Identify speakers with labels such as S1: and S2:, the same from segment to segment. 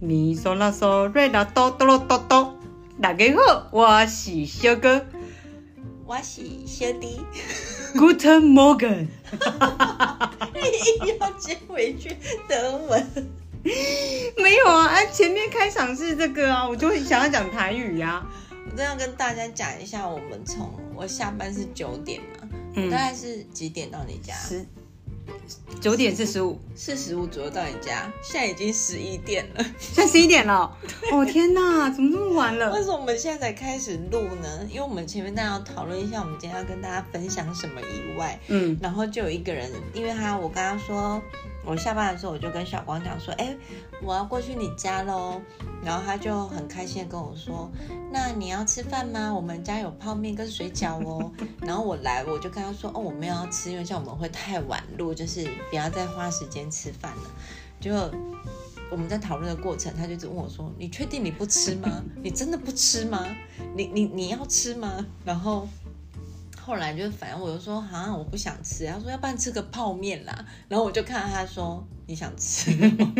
S1: 咪嗦啦嗦，瑞啦哆哆啰哆哆。大家好，我是小哥
S2: 我是小弟，
S1: ，Guten Morgen。
S2: 你硬要接回去德文，
S1: 没有啊，哎，前面开场是这个啊，我就很想要讲台语啊呀、
S2: 我真的要跟大家讲一下，我们从我下班是九点嘛，我大
S1: 嗯，
S2: 概是几点到你家？
S1: 十九点四十五，
S2: 四十五左右到你家，现在已经十一点了。
S1: 现在十一点了。哦天哪，怎么这么晚
S2: 为
S1: 了？
S2: 什么我们现在才开始录呢？因为我们前面大家要讨论一下，我们今天要跟大家分享什么以外，
S1: 嗯
S2: 然后就有一个人，因为他我跟他说，我下班的时候我就跟小光讲说，哎、我要过去你家喽。然后他就很开心的跟我说，那你要吃饭吗？我们家有泡面跟水饺哦。然后我来我就跟他说，哦，我没有要吃，因为像我们会太晚录，就是不要再花时间吃饭了。就我们在讨论的过程，他就一直问我说：“你确定你不吃吗？你真的不吃吗？你你你要吃吗？”然后后来就反正我就说：“啊，我不想吃。”他说：“要不然吃个泡面啦。”然后我就看到他说：“你想吃哦吗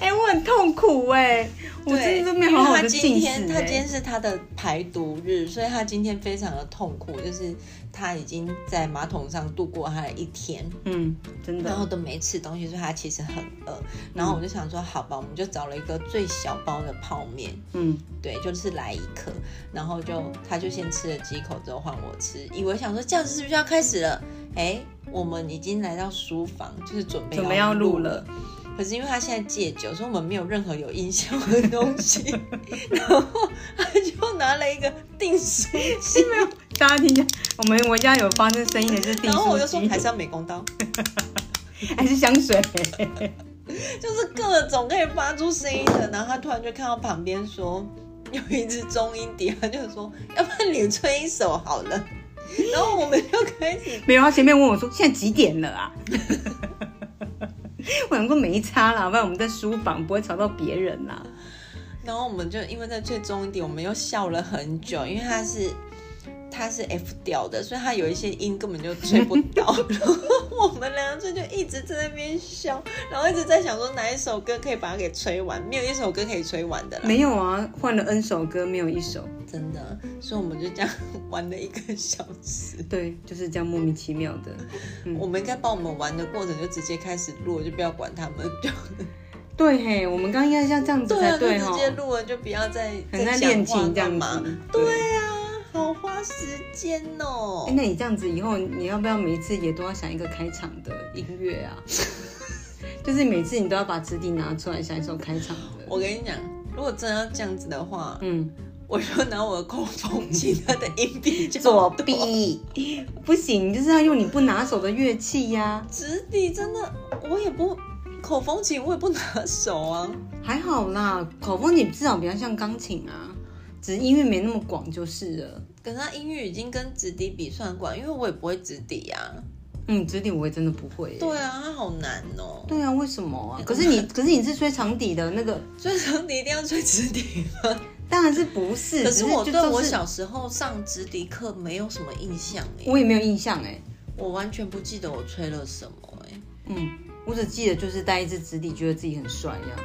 S1: 哎、我很痛苦哎、？” 我
S2: 对
S1: 真的都没有好好
S2: 因
S1: 的
S2: 为他今
S1: 进食、
S2: 天他今
S1: 哎
S2: 天是他的排毒日，所以他今天非常的痛苦，就是他已经在马桶上度过他的一天。
S1: 嗯，真
S2: 然后
S1: 的，
S2: 都没吃东西，所以他其实很饿。然
S1: 嗯
S2: 后我就想说，好吧，我们就找了一个最小包的泡面，
S1: 嗯
S2: 对，就是来一颗。然后就他就先吃了几口，之后换我吃，以为想说这样子是不是就要开始了？哎，我们已经来到书房，就是准备
S1: 准备要录
S2: 录
S1: 了。
S2: 可是因为他现在戒酒，所以我们没有任何有印象的东西。 然后他就拿了一个订书机，
S1: 大家听一下，我们我家有发生声音的是订
S2: 然后我就说
S1: 书
S2: 还
S1: 机，
S2: 是要美工刀。
S1: 还是香 水。
S2: 就是各种可以发出声音的。然后他突然就看到旁边说有一只中音笛，他就说：“要不然你吹一首好了。”然后我们就开始，
S1: 没有，他前面问我说现在几点了 啊？我想说没差啦，不然我们在书房不会吵到别人啊啦。
S2: 然后我们就因为在吹中音笛，我们又笑了很久，因为他是。他是 F 调的，所以他有一些音根本就吹不到。 然后我们两个就就一直在那边笑，然后一直在想说哪一首歌可以把它给吹完，没有一首歌可以吹完的啦。
S1: 没有啊，换了 N 首歌，没有一首。
S2: 真的，所以我们就这样玩了一个小时。
S1: 对，就是这样莫名其妙的。
S2: 我们应该把我们玩的过程就直接开始录，就不要管他们，就
S1: 对嘿，我们刚刚应该像这样子才
S2: 啊，就
S1: 对
S2: 直接
S1: 哈，
S2: 录了，就不要再
S1: 很在
S2: 再
S1: 恋
S2: 讲话
S1: 情这
S2: 干
S1: 样
S2: 嘛。
S1: 子。
S2: 对啊，好花时间哦
S1: 哎。那你这样子以后，你要不要每一次也都要想一个开场的音乐 啊？就是每次你都要把纸笛拿出来想一首开场的。
S2: 我跟你讲，如果真的要这样子的话，
S1: 嗯，
S2: 我就拿我的口风琴，它的音比较
S1: 左
S2: 多。
S1: 臂 不行，就是要用你不拿手的乐器呀、
S2: 直笛真的，我也不口风琴，我也不拿手啊。
S1: 还好啦，口风你至少比较像钢琴啊，只是音乐没那么广就是了。
S2: 可是它音域已经跟直笛比算管，因为我也不会直笛啊。
S1: 嗯，指笛我也真的不会耶、
S2: 对啊，它好难哦。
S1: 对啊，为什么啊？可是你， 可是你是吹长笛的那个，
S2: 所以长笛一定要吹直笛吗？
S1: 当然是不是？
S2: 可
S1: 只
S2: 是
S1: 是
S2: 我
S1: 就
S2: 对
S1: 都
S2: 我
S1: 是
S2: 小时候上直笛课没有什么印象哎，
S1: 我也没有印象哎、
S2: 我完全不记得我吹了什么哎，
S1: 嗯，我只记得就是带一支指笛，觉得自己很帅呀、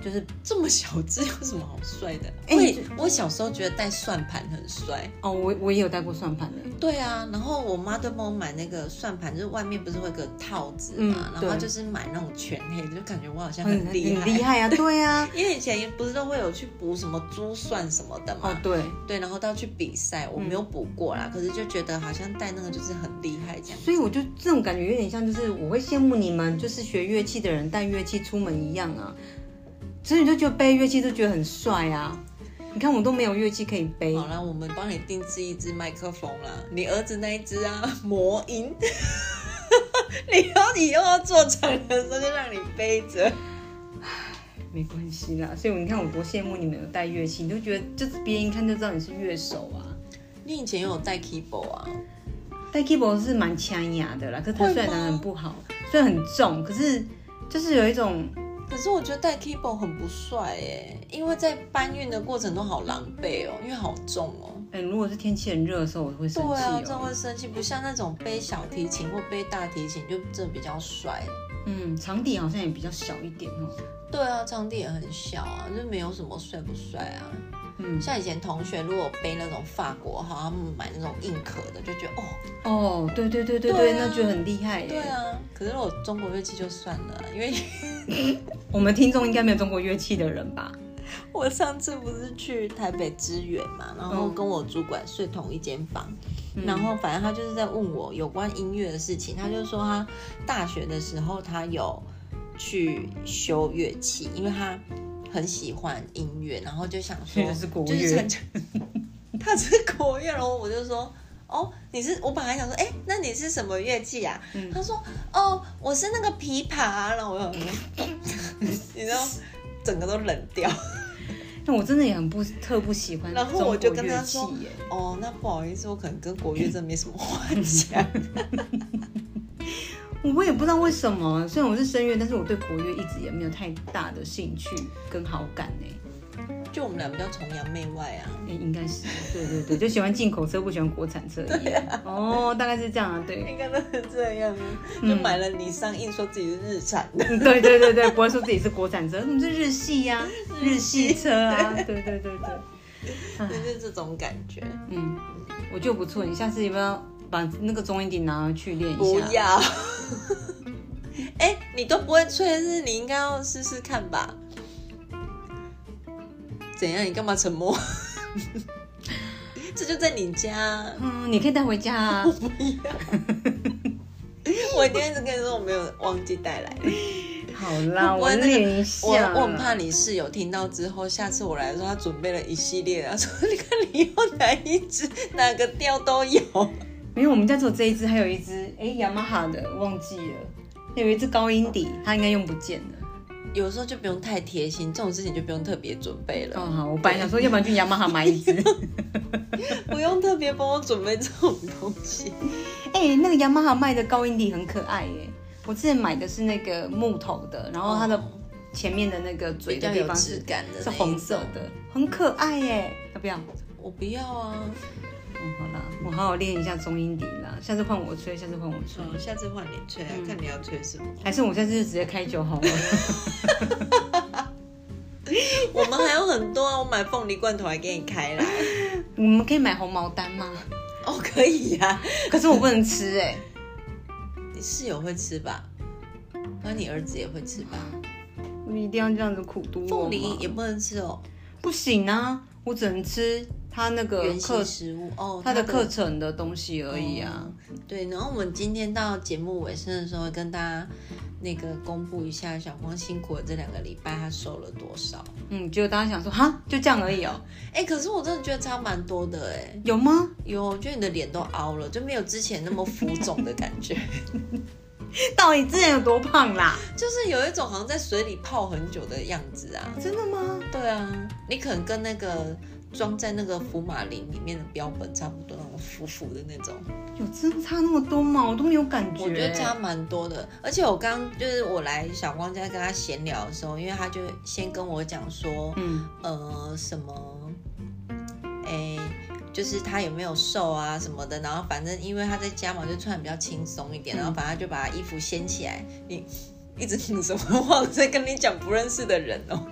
S1: 就是
S2: 这么小只有什么好帅的？啊
S1: 哎
S2: 我
S1: 你
S2: 也我小时候觉得带算盘很帅，
S1: 哦，我我也有带过算盘的、
S2: 对啊，然后我妈都帮我买那个算盘，就是外面不是会有个套子嘛
S1: 嗯，
S2: 然
S1: 对
S2: 后就是买那种全黑的，就感觉我好像
S1: 很
S2: 很厉害，
S1: 很厉害啊，对啊，
S2: 因为以前不是都会有去补什么珠算什么的嘛，
S1: 哦对，
S2: 对，然后到去比赛，我没有补过啦，可是就觉得好像带那个就是很厉害这样。
S1: 所以我就这种感觉有点像，就是我会羡慕你们，就是学乐器的人带乐器出门一样啊。所以你就觉得背乐器都觉得很帅啊。你看我都没有乐器可以背，
S2: 好啦，我们帮你定制一支麦克风啦，你儿子那一支啊，魔音。 你要以后要做成的时候，就让你背着。
S1: 没关系啦。所以你看我多羡慕你们有带乐器，你就觉得就是别人一看就知道你是乐手啊。
S2: 你以前有带 keyboard 啊？
S1: 带 keyboard 是蛮强牙的啦，可是它
S2: 会吗
S1: 虽然弹得很不好，虽然很重，可是就是有一种
S2: 可是我觉得带 keyboard 很不帅哎、因为在搬运的过程都好狼狈哦、因为好重哦、
S1: 哎、如果是天气很热的时候，我会生
S2: 对啊，
S1: 气
S2: 真的
S1: 哦、
S2: 会生气，不像那种背小提琴或背大提琴，就真的比较帅。
S1: 嗯，场地好像也比较小一点哦。
S2: 对啊，场地也很小啊，就没有什么帅不帅啊。
S1: 嗯，
S2: 像以前同学如果背那种法国号，他们买那种硬壳的，就觉得哦，
S1: 哦，对对对对对，
S2: 对啊
S1: 那就很厉害耶。
S2: 对啊。可是如果中国乐器就算了啊，因为
S1: 我们听众应该没有中国乐器的人吧？
S2: 我上次不是去台北支援嘛，然后
S1: 嗯
S2: 跟我主管睡同一间房，然后反正他就是在问我有关音乐的事情，他就说他大学的时候他有去修乐器，因为他很喜欢音乐，然后就想 说
S1: 所以是国乐
S2: 就是想 他是国乐，然后我就说。哦，你是我本来想说，哎、那你是什么乐器啊？
S1: 嗯
S2: 他说，哦，我是那个琵琶、啊。然后我就想说， 你知道，整个都冷掉。
S1: 但我真的也很不特不喜欢
S2: 然
S1: 中
S2: 后
S1: 国
S2: 我就跟
S1: 乐
S2: 他
S1: 器
S2: 说
S1: 耶。
S2: 哦，那不好意思，我可能跟国乐真的没什么话讲。
S1: 我也不知道为什么，虽然我是声乐，但是我对国乐一直也没有太大的兴趣跟好感呢。
S2: 就我们俩比较崇洋媚外啊。
S1: 哎、应该是，对对对，就喜欢进口车，不喜欢国产车一样。
S2: 啊
S1: 哦，大概是这样啊，对，
S2: 应该都是这样啊，就买了你上映说自己是日产的，
S1: 嗯对对对对，不会说自己是国产车，嗯，这日系呀、日系车 啊，对对对对，啊
S2: 就是这种感觉。
S1: 嗯，我觉得不错，你下次要不要把那个中音笛拿去练一下？
S2: 不要， 哎、你都不会吹日，你应该要试试看吧？怎样？你干嘛沉默？ 这就在你 家，
S1: 嗯，你可以带回家啊。
S2: 我一定一直跟你说我没有忘记带来。
S1: 好 啦，
S2: 不
S1: 我
S2: 会那个
S1: 练一
S2: 我
S1: 下。
S2: 我很怕你室友听到之后，下次我来的时候，他准备了一系列的，他 说你看你以后哪一只哪个调都有。
S1: 没有，我们家只有这一只，还有一只哎雅马哈的，忘记了，有一只高音笛，它应该用不见了。
S2: 有时候就不用太贴心，这种事情就不用特别准备了，
S1: 哦，好，我本来想说，要不然去雅马哈买一 只。
S2: 不用特别帮我准备这种东西。
S1: 哎、那个雅马哈卖的高音笛很可爱耶，我之前买的是那个木头的，然后它的前面的那个嘴
S2: 比较
S1: 的地
S2: 有
S1: 方
S2: 质
S1: 是
S2: 感的，
S1: 是红色，的，很可爱耶，要不要？嗯，
S2: 我不要啊，
S1: 好啦，我好好练一下中音笛啦，下次换我吹，下次换我吹，
S2: 嗯，下次换你吹啊，看你要吹什么。
S1: 还是我下次就直接开酒好 了。
S2: 我们还有很多啊，我买凤梨罐头还给你开来。
S1: 我们可以买红毛丹吗？
S2: 哦，可以呀、
S1: 可是我不能吃哎。
S2: 你室友会吃吧？那你儿子也会吃吧？
S1: 我一定要这样子苦读我吗
S2: 凤梨也不能吃哦，
S1: 不行啊，我只能吃他那个
S2: 原
S1: 课
S2: 形食物哦，
S1: 他的课程的东西而已啊。
S2: 对，然后我们今天到节目尾声的时候，会跟大家那个公布一下小光辛苦了这两个礼拜，他瘦了多少？
S1: 嗯，结果大家想说哈，就这样而已哦，
S2: 哎、可是我真的觉得差蛮多的哎，
S1: 有吗？
S2: 有，我觉得你的脸都凹了，就没有之前那么浮肿的感觉，
S1: 到底之前有多胖啦？
S2: 就是有一种好像在水里泡很久的样子啊。
S1: 真的吗？
S2: 对啊，你可能跟那个装在那个福马林里面的标本差不多，那种浮浮的那种。
S1: 有真差那么多吗？我都没有感觉。
S2: 我觉得差蛮多的，而且我刚就是我来小光家跟他闲聊的时候，因为他就先跟我讲说，
S1: 嗯
S2: 呃，什么，哎、就是他有没有瘦啊什么的，然后反正因为他在家嘛，就穿的比较轻松一点，然后反正他就把他衣服掀起来，你一直你什么话我在跟你讲不认识的人哦。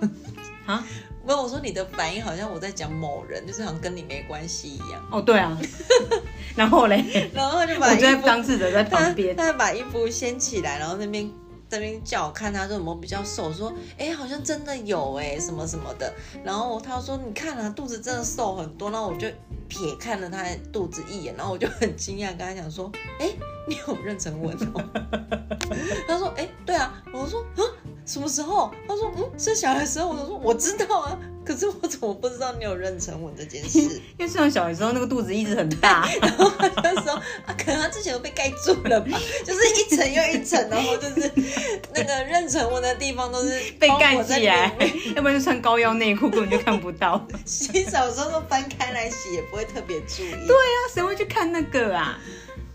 S1: 啊，
S2: 没有，我说你的反应好像我在讲某人，就是好像跟你没关系一样。
S1: 哦对啊， 然后嘞，
S2: 然后他就把
S1: 我
S2: 衣
S1: 就在
S2: 服
S1: 当事者在
S2: 他
S1: 旁边。
S2: 他把衣服掀起来，然后那边那边叫我看他说有没有比较瘦，我说哎、好像真的有哎、什么什么的。然后他说你看啊，肚子真的瘦很多。然后我就瞥看了他的肚子一眼，然后我就很惊讶，跟他讲说，哎、你有妊娠纹哦？他说哎、对啊。我说啊，什么时候？他说嗯，生小孩的时候。我说我知道啊，可是我怎么不知道你有妊娠纹这件事？
S1: 因为像小的时候那个肚子一直很 大，
S2: 那时候啊，可能他之前都被盖住了吧，就是一层又一层，然后就是那个妊娠纹的地方都是
S1: 被
S2: 包
S1: 盖
S2: 裹在
S1: 起来
S2: 里 面，
S1: 要不然就穿高腰内裤根本就看不到。
S2: 洗手的时候都翻开来洗，也不会特别注意。
S1: 那啊谁会去看那个啊？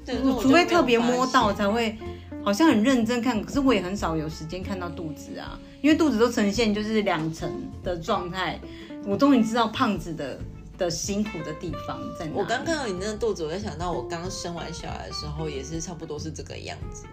S2: 对，所以我就
S1: 除非
S2: 没有
S1: 特别
S2: 发
S1: 摸
S2: 现
S1: 到才会，好像很认真看。可是我也很少有时间看到肚子啊，因为肚子都呈现就是两层的状态。我终于知道胖子的的辛苦的地方在哪。
S2: 我刚看到你那个肚子，我就想到我刚生完小孩的时候也是差不多是这个样子。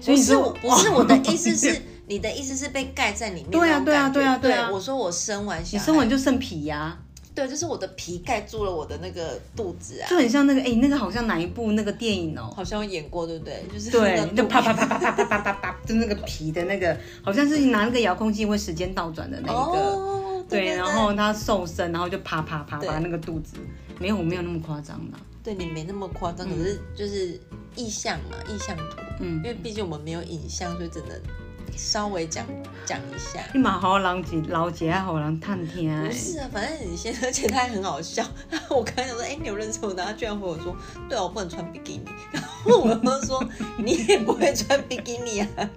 S1: 所以
S2: 不
S1: 你
S2: 是
S1: 说
S2: 我，不是我的意思是， 你的意思是被盖在里面
S1: 对啊
S2: 那种感觉。
S1: 对啊对啊
S2: 对
S1: 对啊
S2: 我说我生完小
S1: 你
S2: 孩，
S1: 生完就剩皮呀、
S2: 对，就是我的皮盖住了我的那个肚子啊，
S1: 就很像那个哎、那个好像哪一部那个电影哦、
S2: 好像有演过，对不对？就是
S1: 对，
S2: 那
S1: 那
S2: 个
S1: 啪啪啪啪啪啪啪啪啪，就那个皮的那个，好像是你拿那个遥控器会时间倒转的那一个。
S2: 哦，对
S1: 对，
S2: 对
S1: 然后他瘦身，然后就啪啪啪啪
S2: 对
S1: 那个肚子，没有没有那么夸张啦。
S2: 对你没那么夸张，可是就是意象嘛，意象图，
S1: 嗯
S2: 因，为毕竟我们没有影像，所以只能稍微讲讲一下。
S1: 你嘛好人一老姐啊，好人探听的。
S2: 不是啊，反正你先，而且他还很好笑。 我刚才想说，哎、你有认识我？然后他居然回我说，对啊，我不能穿比基尼。 然后我就说，你也不会穿比基尼啊？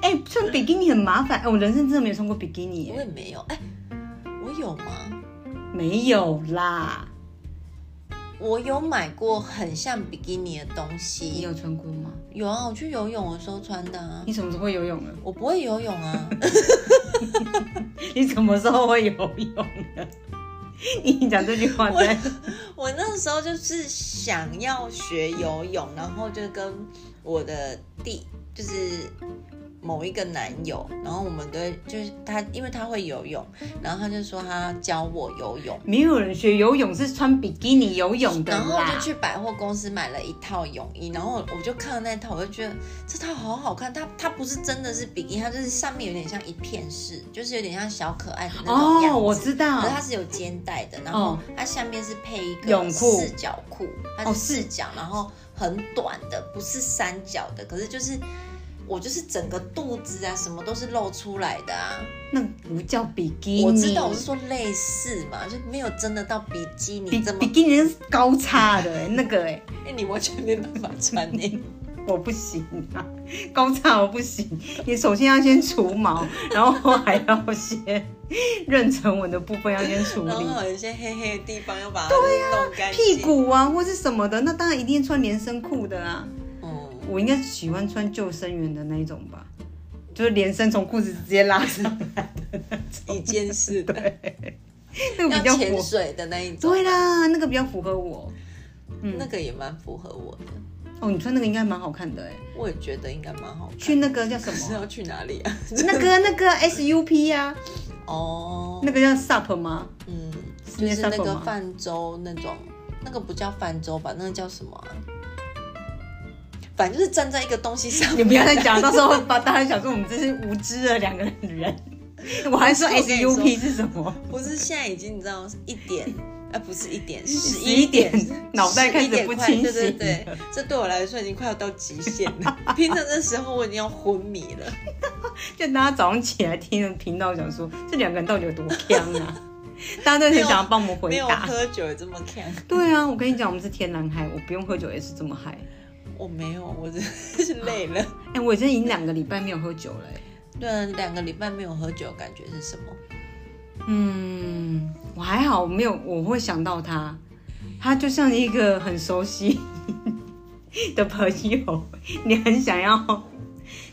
S1: 哎、穿比基尼很麻烦，哎、我人生真的没穿过比基尼、
S2: 我
S1: 哎
S2: 也没有，哎、我有吗？
S1: 没有啦。
S2: 我有买过很像比基尼的东
S1: 你
S2: 西，
S1: 有穿过吗？
S2: 有啊，我去游泳的时候穿的啊。
S1: 你什么时候会游泳了？
S2: 我不会游泳啊，
S1: 你什么时候会游泳了？ 你讲这句话在
S2: 我那时候就是想要学游泳，然后就跟我的弟，就是某一个男友，然后我们都会就是他，因为他会游泳，然后他就说他教我游泳，
S1: 没有人学游泳是穿比基尼游泳的
S2: 然后我就
S1: 啦。哦
S2: 去百货公司买了一套泳衣，然后我就看到那套，我就觉得这套好好看，它它不是真的是比基尼，它就是上面有点像一片式，就是有点像小可爱的那种样
S1: 哦，
S2: 子。
S1: 我知道
S2: 可是，它是有肩带的，然后
S1: 哦
S2: 它下面是配一个
S1: 泳裤
S2: 四角裤，它
S1: 哦
S2: 是
S1: 是
S2: 四角，然后很短的，不是三角的。可是就是我就是整个肚子啊，什么都是露出来的啊。
S1: 那不叫比基尼。
S2: 我知道，我是说类似嘛，就没有真的到比基
S1: 比
S2: 尼这么
S1: 比，基尼是高叉的、哎那个哎、
S2: 哎、你完全没办法穿欸呢、
S1: 我不行啊，高叉我不行。你首先要先除毛，然后还要先妊娠纹的部分要先处
S2: 然后
S1: 理，
S2: 还有一些黑黑的地方要把它弄干净。
S1: 屁，股啊或是什么的，那当然一定穿连身裤的啦。
S2: 嗯，
S1: 我应该喜欢穿救生员的那一种吧，就是连身从裤子直接拉上来，
S2: 一件事 的，
S1: 那个
S2: 要
S1: 比较
S2: 潜
S1: 符合。
S2: 水的那一种，
S1: 对啦，那个比较符合我。嗯
S2: 那个也蛮符合我的，
S1: 哦，你穿那个应该蛮好看的哎。
S2: 我也觉得应该蛮好看。
S1: 去那个叫什
S2: 是
S1: 么？
S2: 要去哪里啊？
S1: 那个那个 SUP 呀、
S2: 哦，
S1: 啊那个叫 SUP 吗？
S2: 嗯，
S1: 是
S2: 就
S1: 那
S2: 是那
S1: supper
S2: 个
S1: 吗
S2: 泛舟那种，那个不叫泛舟吧？那个叫什么啊？反正就是站在一个东西 上
S1: 你
S2: 面。
S1: 不要再讲，到时候把大家想说我们真是无知的两个 人。我还说
S2: 我跟你说
S1: SUP 是什么？
S2: 不是现在已经你知道一点， 啊不是一点，十
S1: 11
S2: 点
S1: 点，脑袋开始
S2: 11点
S1: 不
S2: 快
S1: 清
S2: 对对
S1: 醒
S2: 对，这对我来说已经快要到极限 了。平常这时候我已经要昏迷了。
S1: 就大家早上起来听的频道，想说这两个人到底有多强啊？ 大家都很想要帮我们
S2: 没
S1: 回
S2: 有
S1: 答。
S2: 喝酒也这么看，
S1: 对啊，我跟你讲，我们是天然嗨，我不用喝酒也是这么嗨。
S2: 我没有，我真的是累了。
S1: 哎、我已经已经两个礼拜没有喝酒了、哎
S2: 对啊，两个礼拜没有喝酒，感觉是什么？
S1: 嗯，我还好没有，我会想到他，他就像一个很熟悉的朋友，你很想要，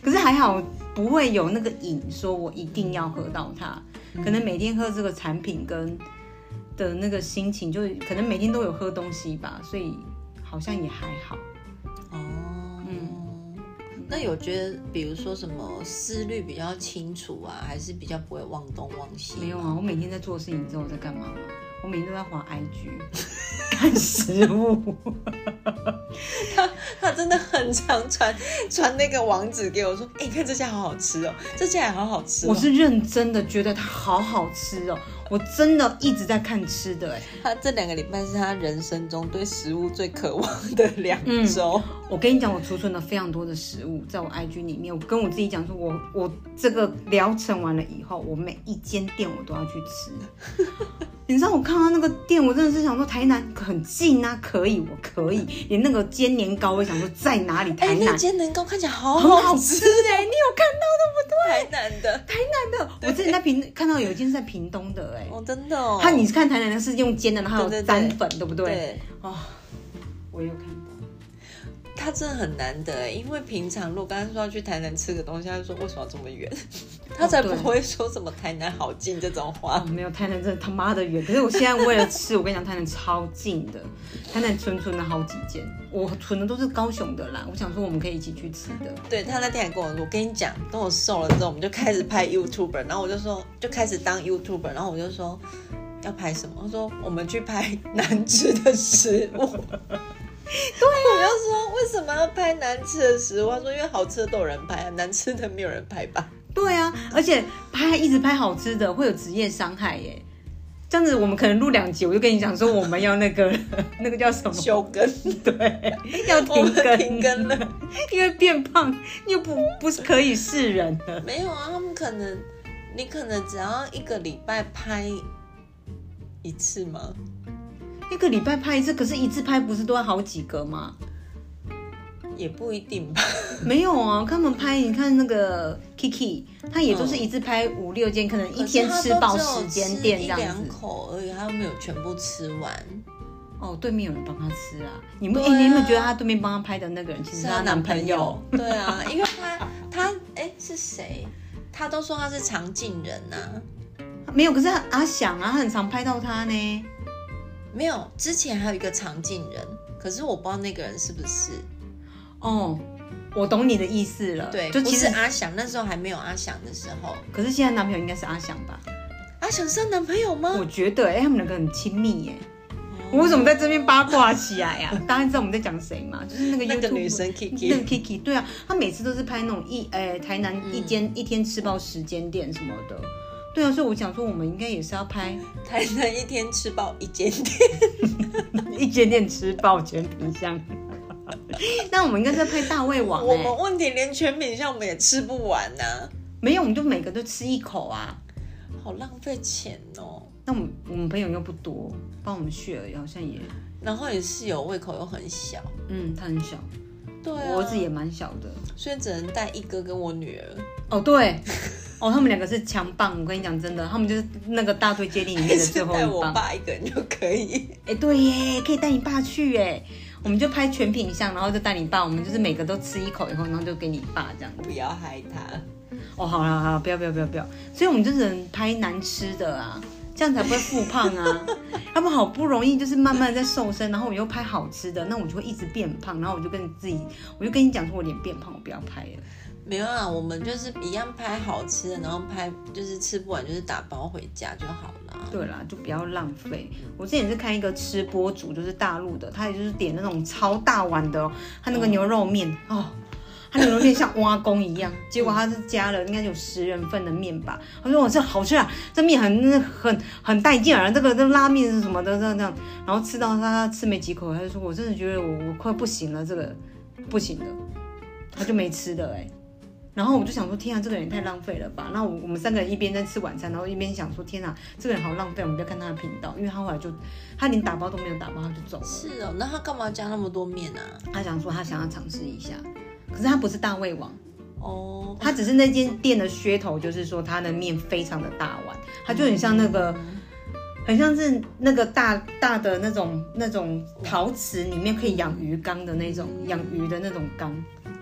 S1: 可是还好不会有那个瘾，说我一定要喝到它。可能每天喝这个产品跟的那个心情，就是可能每天都有喝东西吧，所以好像也还好。
S2: 哦，
S1: 嗯
S2: 那有觉得，比如说什么思虑比较清楚啊，还是比较不会忘东忘西？
S1: 没有啊，我每天在做事情，你知道我在干嘛吗？我每天都在滑 IG，看食物。
S2: 他真的很常传 传那个网址给我，说：“哎、你看这家好好吃哦， 这家也好好吃、哦。”
S1: 我是认真的，觉得它好好吃哦！我真的一直在看吃的，哎，
S2: 他这两个礼拜是他人生中对食物最渴望的两周。
S1: 我跟你讲，我储存了非常多的食物在我 IG 里面。我跟我自己讲说我，我这个疗程完了以后，我每一间店我都要去吃。 你知道我看到那个店，我真的是想说，台南很近啊，可以，我可 以。连那个煎年糕，我也想说在哪里？
S2: 哎、
S1: 台
S2: 那
S1: 南。
S2: 间年糕看起来好
S1: 很好
S2: 好
S1: 吃
S2: 吃，欸
S1: 哎、你有看
S2: 台南的，
S1: 到的？我之前在屏看到有一间是在屏东的、哎、
S2: 哦，真的哦。
S1: 它你是看台南的是用煎的，然后还有
S2: 对对对
S1: 沾粉，对不
S2: 对
S1: 对？哦，我有看到。
S2: 他真的很难得欸，因为平常如果刚刚说要去台南吃个东西，他就说为什么要这么远，他才不
S1: 哦对
S2: 会说什么台南好近这种话
S1: 哦，。没有台南真的他妈的远，可是我现在为了吃，我跟你讲，台南超近的，台南存存了好几间，我存的都是高雄的啦。我想说我们可以一起去吃的，
S2: 对他那天还跟我说，我跟你讲，等我瘦了之后，我们就开始拍 YouTuber，然后我就说就开始当 YouTuber，然后我就说要拍什么？他说我们去拍难吃的食物。对、
S1: 啊
S2: 我就说为什么要拍难吃的食物？他说因为好吃的都有人拍啊，难吃的没有人拍吧？
S1: 对啊，而且拍一直拍好吃的会有职业伤害耶。这样子我们可能录两集，我就跟你讲说我们要那个 那个叫什么，
S2: 休更，
S1: 对，要
S2: 我
S1: 停
S2: 们
S1: 更，
S2: 停更了。
S1: 因为变胖又不不是可以示人了。
S2: 没有啊，他们可能你可能只要一个礼拜拍一次吗？
S1: 一个礼拜拍一次，可是一次拍不是都要好几个吗？
S2: 也不一定吧。
S1: 没有啊，他们拍，你看那个 Kiki，他也
S2: 嗯
S1: 就是一次拍五六间，可能 一天吃饱十间店这
S2: 可是
S1: 样
S2: 他都只有吃一两
S1: 子。
S2: 口而已，他没有全部吃完，
S1: 哦，对面有人帮他吃啊，你们、
S2: 对啊
S1: 哎，你有没有觉得他对面帮他拍的那个人其实
S2: 是
S1: 她
S2: 她
S1: 男
S2: 男
S1: 朋
S2: 朋
S1: 友
S2: 友？。 对啊，因为他他哎是谁？他都说他是常进人呐、
S1: 没有，可是他阿翔啊，他很常拍到他呢。
S2: 没有，之前还有一个常进人，可是我不知道那个人是不是。
S1: 哦，我懂你的意思了。
S2: 对，
S1: 就
S2: 不
S1: 其
S2: 是
S1: 实，
S2: 阿翔，那时候还没有阿翔的时候，
S1: 可是现在男朋友应该是阿翔吧？
S2: 阿翔是她男朋友吗？
S1: 我觉得，哎、他们两个很亲密耶。我 为什么在这边八卦起来呀、大家知道我们在讲谁吗？就是那个 y
S2: 那
S1: o
S2: 个女生 Kiki 嗯
S1: 那个 Kiki，对啊，她每次都是拍那种一诶、台南一间、一天吃爆十间店什么的，对啊，所以我想说我们应该也是要拍
S2: 台南一天吃饱一间店，
S1: 一间店吃爆全品香， 那我们应该是要拍大胃王
S2: 我
S1: 哎、
S2: 们问题连全品项我们也吃不完呐、
S1: 没有，我们就每个都吃一口啊。
S2: 好浪费钱哦。
S1: 那我们我们朋友又不多，帮我们续而已，好像也，
S2: 然后你室友胃口又很小，
S1: 嗯，他很小，
S2: 对、啊，
S1: 我儿子也蛮小的。
S2: 所以只能带一哥跟我女儿，
S1: 哦，对，哦，他们两个是强棒，我跟你讲真的，他们就是那个大队接力里 面的最
S2: 是
S1: 后
S2: 带
S1: 一
S2: 我
S1: 棒。
S2: 爸一个人就可以。
S1: 哎、对耶，可以带你爸去耶，我们就拍全品相，然后就带你爸，我们就是每个都吃一口以后，然后就给你爸这样子。
S2: 不要害他，
S1: 哦，好啦好啦，不要不要不要不要，所以我们就只能拍难吃的啊，这样才不会复胖 啊。他们好不容易就是慢慢在瘦身，然后我又拍好吃的，那我就会一直变胖，然后我就跟自己，我就跟你讲说我脸变胖，我不要拍了。
S2: 没有啦，我们就是一样拍好吃的，然后拍就是吃不完就是打包回家就好啦。
S1: 对啦，就不要浪费。我之前是看一个吃播主，就是大陆的，他也就是点那种超大碗的、哦，他那个牛肉面哦，他牛肉面像挖工一样，结果他是加了应该有十人份的面吧。他说：“我这好吃啊，这面很很很带劲啊，这个这个拉面是什么的这样这样。”然后吃到他吃没几口，他就说：“我真的觉得我我快不行了，这个不行了。”他就没吃了哎、然后我就想说，天啊，这个人也太浪费了吧！那我我们三个人一边在吃晚餐，然后一边想说，天啊，这个人好浪费，我们不要看他的频道，因为他后来就他连打包都没有打包，他就走了。
S2: 是哦，那他干嘛加那么多面啊？
S1: 他想说他想要尝试一下，可是他不是大胃王，
S2: 哦，
S1: 他只是那间店的噱头，就是说他的面非常的大碗，他就很像那个，很像是那个大大的那种那种陶瓷里面可以养鱼缸的那种养鱼的那种缸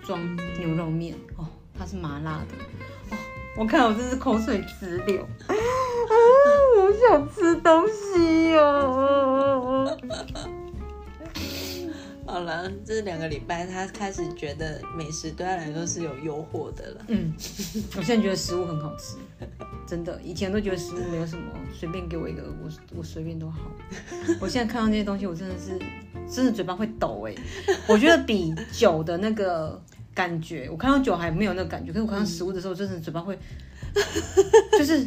S1: 装牛肉面哦，它是麻辣的哦，我看我真是口水直流， 啊，我想吃东西哦。
S2: 好了，这两个礼拜他开始觉得美食对他来说是有诱惑的了。
S1: 嗯，我现在觉得食物很好吃，真的。以前都觉得食物没有什么，随便给我一个，我我随便都好。我现在看到那些东西，我真的是真的嘴巴会抖哎、我觉得比酒的那个感觉，我看到酒还没有那个感觉，可是我看到食物的时候，真的嘴巴会，就是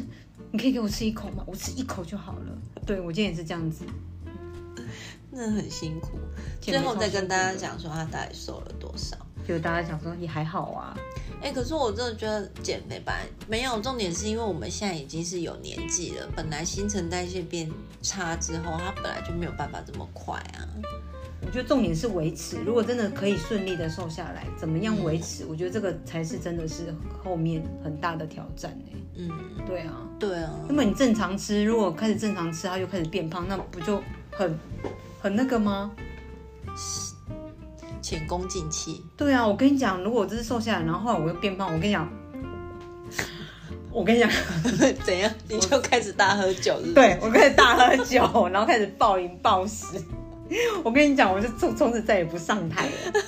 S1: 你可以给我吃一口吗？我吃一口就好了。对我今天也是这样子。
S2: 那很辛苦。
S1: 减
S2: 最
S1: 肥
S2: 后再
S1: 超辛
S2: 跟大家
S1: 苦的
S2: 讲说他到底瘦了多少。
S1: 就大家想说也还好啊，
S2: 哎、可是我真的觉得减肥吧，没有重点是因为我们现在已经是有年纪了，本来新陈代谢变差之后，它本来就没有办法这么快啊。
S1: 我觉得重点是维持，如果真的可以顺利的瘦下来，怎么样维持？我觉得这个才是真的是后面很大的挑战哎、
S2: 嗯，
S1: 对啊，
S2: 对啊，
S1: 那么你正常吃，如果开始正常吃，它又开始变胖，那不就很很那个吗？
S2: 前功尽弃。
S1: 对啊，我跟你讲，如果我这次瘦下来，然后后来我又变胖，我跟你讲， 我跟你讲，
S2: 怎样？你就开始大喝酒是不是？
S1: 对我开始大喝酒，然后开始暴饮暴食。我跟你讲，我就从从此再也不上台了，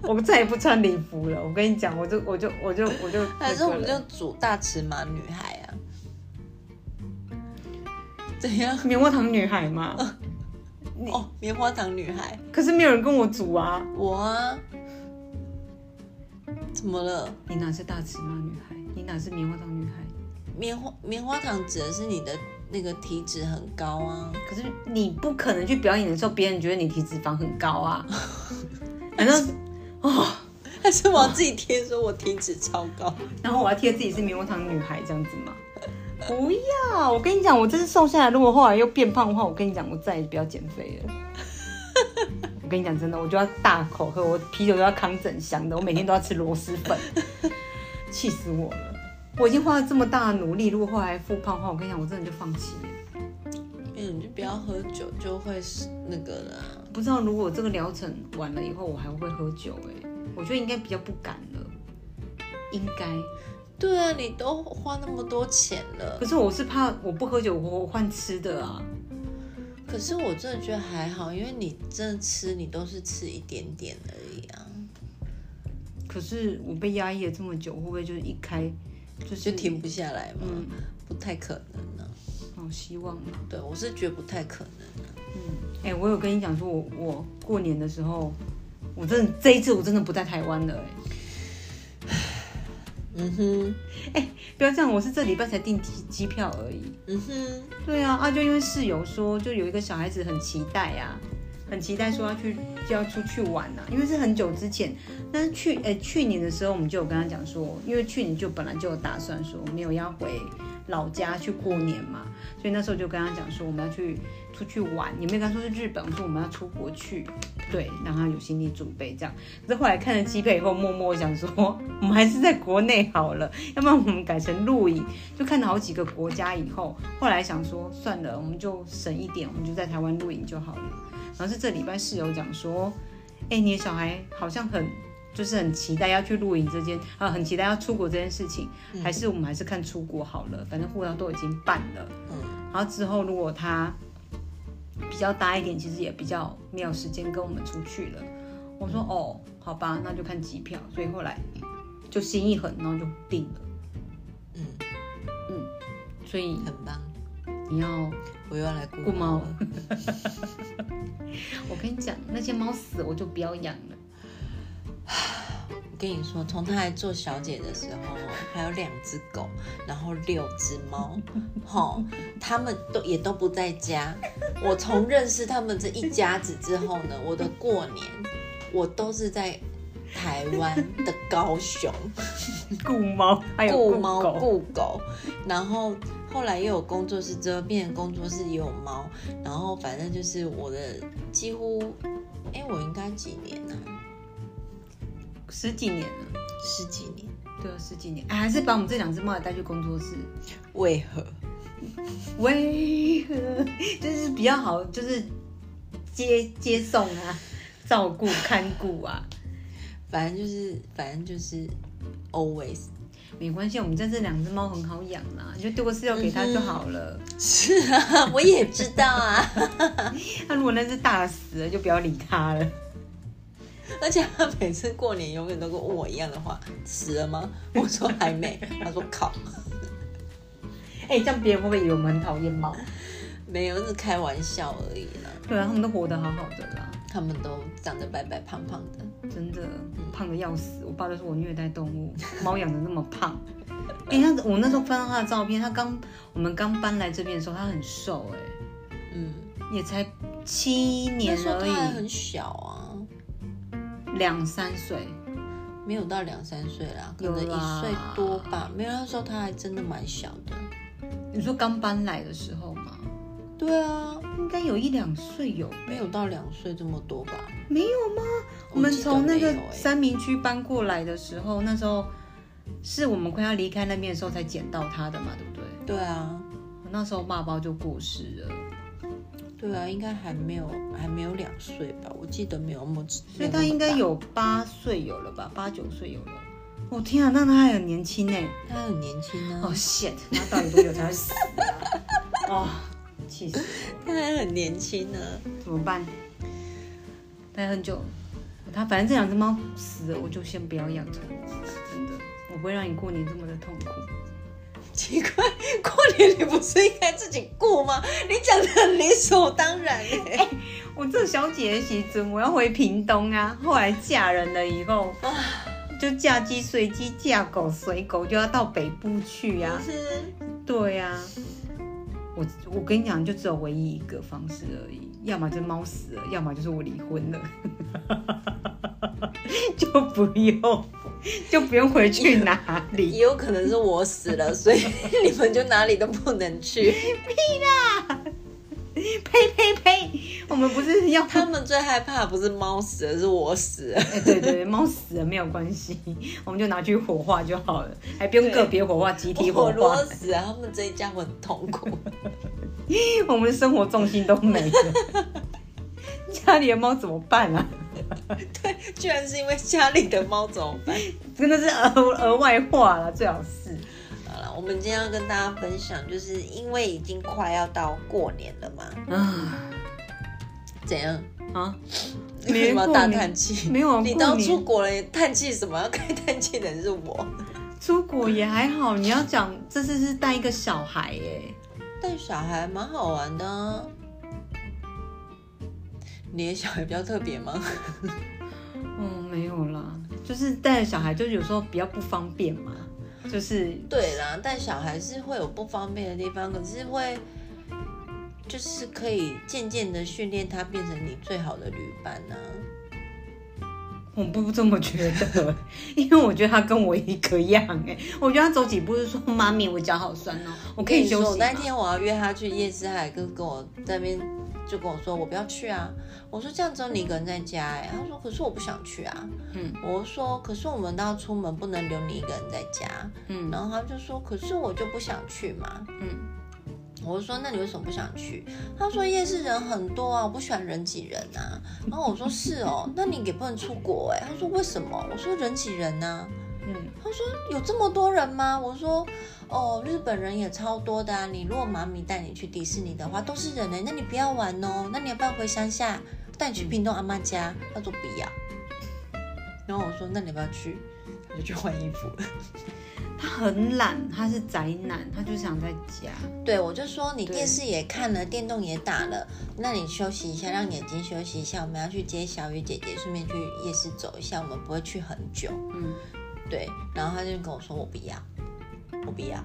S1: 我再也不穿礼服了。我跟你讲，我就我就我就我嗯就
S2: 还是
S1: 那个
S2: 我们
S1: 了
S2: 就煮大尺码女孩啊？怎样？
S1: 棉花糖女孩嘛。你
S2: 哦，棉花糖女孩，
S1: 可是没有人跟我组啊。
S2: 我啊，怎么了？
S1: 你哪是大尺码女孩？你哪是棉花糖女孩？
S2: 棉花棉花糖指的是你的那个体脂很高啊，
S1: 可是你不可能去表演的时候，别人觉得你体脂肪很高 啊。反正哦，
S2: 还是我要自己贴说我体脂超高？
S1: 然后我要贴自己是棉花糖女孩这样子吗？不要！我跟你讲，我这次瘦下来，如果后来又变胖的话，我跟你讲，我再也不要减肥了。我跟你讲真的，我就要大口喝，我啤酒都要扛整箱的，我每天都要吃螺蛳粉，气死我了！我已经花了这么大的努力，如果后来复胖的话，我跟你讲，我真的就放弃了。
S2: 嗯，你就不要喝酒，就会是那个了啊。
S1: 不知道如果这个疗程完了以后，我还会不会喝酒、欸？哎，我觉得应该比较不敢了，应该。
S2: 对啊，你都花那么多钱了
S1: 可，是我是怕我不喝酒，我我换吃的啊。
S2: 可是我真的觉得还好，因为你真的吃，你都是吃一点点而已啊，
S1: 可是我被压抑了这么久，会不会就是一开就是
S2: 就停不下来嘛，
S1: 嗯
S2: 不太可能呢、
S1: 好希望啊？
S2: 对，我是觉得不太可能、啊。
S1: 哎、我有跟你讲说我，我过年的时候，我真的这一次我真的不在台湾了、哎，
S2: 嗯哼，
S1: 不要这样，我是这礼拜才订机机票而已。
S2: 嗯哼，
S1: 对啊，啊，就因为室友说，就有一个小孩子很期待啊，很期待说要去就要出去玩啊，因为是很久之前，但是去诶去年的时候，我们就有跟他讲说，因为去年就本来就有打算说没有要回老家去过年嘛，所以那时候就跟他讲说我们要去出去玩，也没有跟他说是日本，我说我们要出国去，对，让他有心理准备这样。可是后来看了机票以后，默默想说， 我们还是在国内好了，要不然我们改成露营，就看了好几个国家以后，后来想说算了，我们就省一点，我们就在台湾露营就好了。然后是这礼拜室友讲说，哎、你的小孩好像很。就是很期待要去露营这件，啊，很期待要出国这件事情，还是我们还是看出国好了，反正护照都已经办了。
S2: 嗯，
S1: 然后之后如果他比较大一点，其实也比较没有时间跟我们出去了。我说哦，好吧，那就看机票。所以后来就心一横，然后就定了。
S2: 嗯
S1: 嗯，所以
S2: 很棒，
S1: 你要，
S2: 我又要来顾
S1: 顾猫
S2: 了。
S1: 我跟你讲，那些猫死我就不要养了。
S2: 我跟你说，从她还做小姐的时候，还有两只狗，然后六只猫， 吼，他们都也都不在家。我从认识他们这一家子之后呢，我的过年我都是在台湾的高雄。
S1: 顾猫 还有
S2: 顾
S1: 猫
S2: 猫
S1: 狗，
S2: 顾狗，然后后来又有工作室之后，变成工作室也有猫，然后反正就是我的几乎，哎，我应该几年啊？
S1: 十几年了，
S2: 十几年？
S1: 对啊，十几年，哎还是把我们这两只猫也带去工作室。
S2: 为何？
S1: 为何？ 就是比较好，就是接接送啊，照顾看顾啊。
S2: 反正就是，反正就是 always
S1: 没关系，我们家这两只猫很好养啦，你就丢个饲料给它就好了。
S2: 是啊，我也知道啊，
S1: 那、如果那只大的死了，就不要理它了。
S2: 而且他每次过年永远都跟我一样的话，死了吗？我说还没，他说靠，
S1: 哎、这样别人会不会以为我们很讨厌猫？
S2: 没有，是开玩笑而已啦。
S1: 对啊，它们都活得好好的啦，
S2: 他们都长得白白胖胖的，
S1: 真的胖的要死。我爸都说我虐待动物， 猫养的那么胖。 哎、那我那时候翻到它的照片，它刚我们刚搬来这边的时候，它很瘦、
S2: 嗯，
S1: 哎，也才七年
S2: 那时候
S1: 而
S2: 他还
S1: 已，
S2: 很小啊。
S1: 两三岁。
S2: 没有到两三岁啦，可
S1: 有
S2: 能
S1: 啦
S2: 一岁多吧。没有那时候他还真的蛮小的。
S1: 你说刚搬来的时候吗？
S2: 对啊，
S1: 应该有一两岁有
S2: 没有到两岁这么多吧。
S1: 没有吗？我们
S2: 记得
S1: 从那个
S2: 没有欸
S1: 三明区搬过来的时候，那时候是我们快要离开那边的时候才捡到它的嘛，对不对？
S2: 对啊，
S1: 我那时候爸爸就过世了，
S2: 对啊，应该还没有还没有两岁吧？我记得没有那么，
S1: 所
S2: 所
S1: 以他应该，有八岁有了吧，八九岁有了。我、天啊，那他还很年轻哎！
S2: 他很年轻啊
S1: 哦、，shit，那到底多久才会死 啊？哦，气死我
S2: 他还很年轻啊呢、
S1: 了！怎么办？待很久，他反正这两只猫死了，我就先不要养宠物，真的，我不会让你过年这么的痛苦。
S2: 奇怪，过年你不是应该自己过吗？你讲的很理所当然欸耶、
S1: 我这小姐的时阵，我要回屏东啊，后来嫁人了以后，就嫁鸡随鸡，嫁狗随狗，就要到北部去呀、啊。
S2: 是
S1: 对呀、我我跟你讲，就只有唯一一个方式而已，要么就是猫死了，要么就是我离婚了， 就不用就不用回去哪里
S2: 也有可能是我死了，所以 你们就哪里都不能去。
S1: 呸呸呸！我们不是要
S2: 他们最害怕的不是猫死了，是我死了。
S1: 哎，对对对，猫死了没有关系，我们就拿去火化就好了，还不用
S2: 对
S1: 个别火化、集体火
S2: 我如果
S1: 化，
S2: 死了，他们这一家会很痛苦。
S1: 我们的生活重心都没了。 家里的猫怎么办啊？
S2: 对，居然是因为家里的猫怎么办？
S1: 真的是额额外话了，最好是。
S2: 好了，我们今天要跟大家分享，就是因为已经快要到过年了嘛，
S1: 啊
S2: 怎样？
S1: 啊！
S2: 为什么要
S1: 过
S2: 大
S1: 年
S2: 叹气？
S1: 没有啊
S2: 你
S1: 过
S2: 都
S1: 年
S2: 出国了，你叹气什么？要该叹气的人是我。
S1: 出国也还好，你要讲这次是带一个小孩耶，
S2: 带小孩蛮好玩的、啊。你的小孩比较特别吗？
S1: 嗯，没有啦，就是带小孩，就有时候比较不方便嘛，就是
S2: 对啦，带小孩是会有不方便的地方，可是会就是可以渐渐的训练他变成你最好的旅伴呢、啊。
S1: 我不这么觉 得，因为我觉得他跟我一个样哎，我觉得他走几步就说妈咪，我脚好酸哦，我
S2: 我
S1: 可以
S2: 说
S1: 休
S2: 我
S1: 息吗
S2: 那天我要约他去夜市，他还跟跟我在那边就跟我说我不要去啊。我说这样只有你一个人在家哎、他说可是我不想去啊。
S1: 嗯
S2: 我说可是我们都要出门，不能留你一个人在家。
S1: 嗯
S2: 然后他就说可是我就不想去嘛。
S1: 嗯，
S2: 我就说那你为什么不想去？他说夜市人很多啊，我不喜欢人挤人啊。然后我说是哦，那你也不能出国哎、他说为什么？我说人挤人啊呐、
S1: 嗯
S2: 他说有这么多人吗？我说哦，日本人也超多的啊。你如果妈咪带你去迪士尼的话，都是人哎、那你不要玩哦。那你要不要回乡下？带你去屏东阿妈家？他说不要。然后我说那你要不要去？他就去换衣服了。
S1: 他很懒，他是宅男，他就想在家，
S2: 对，我就说你
S1: 对
S2: 电视也看了，电动也打了，那你休息一下，让眼睛休息一下。我们要去接小雨姐姐，顺便去夜市走一下，我们不会去很久。
S1: 嗯
S2: 对，然后他就跟我说我不要，我不要，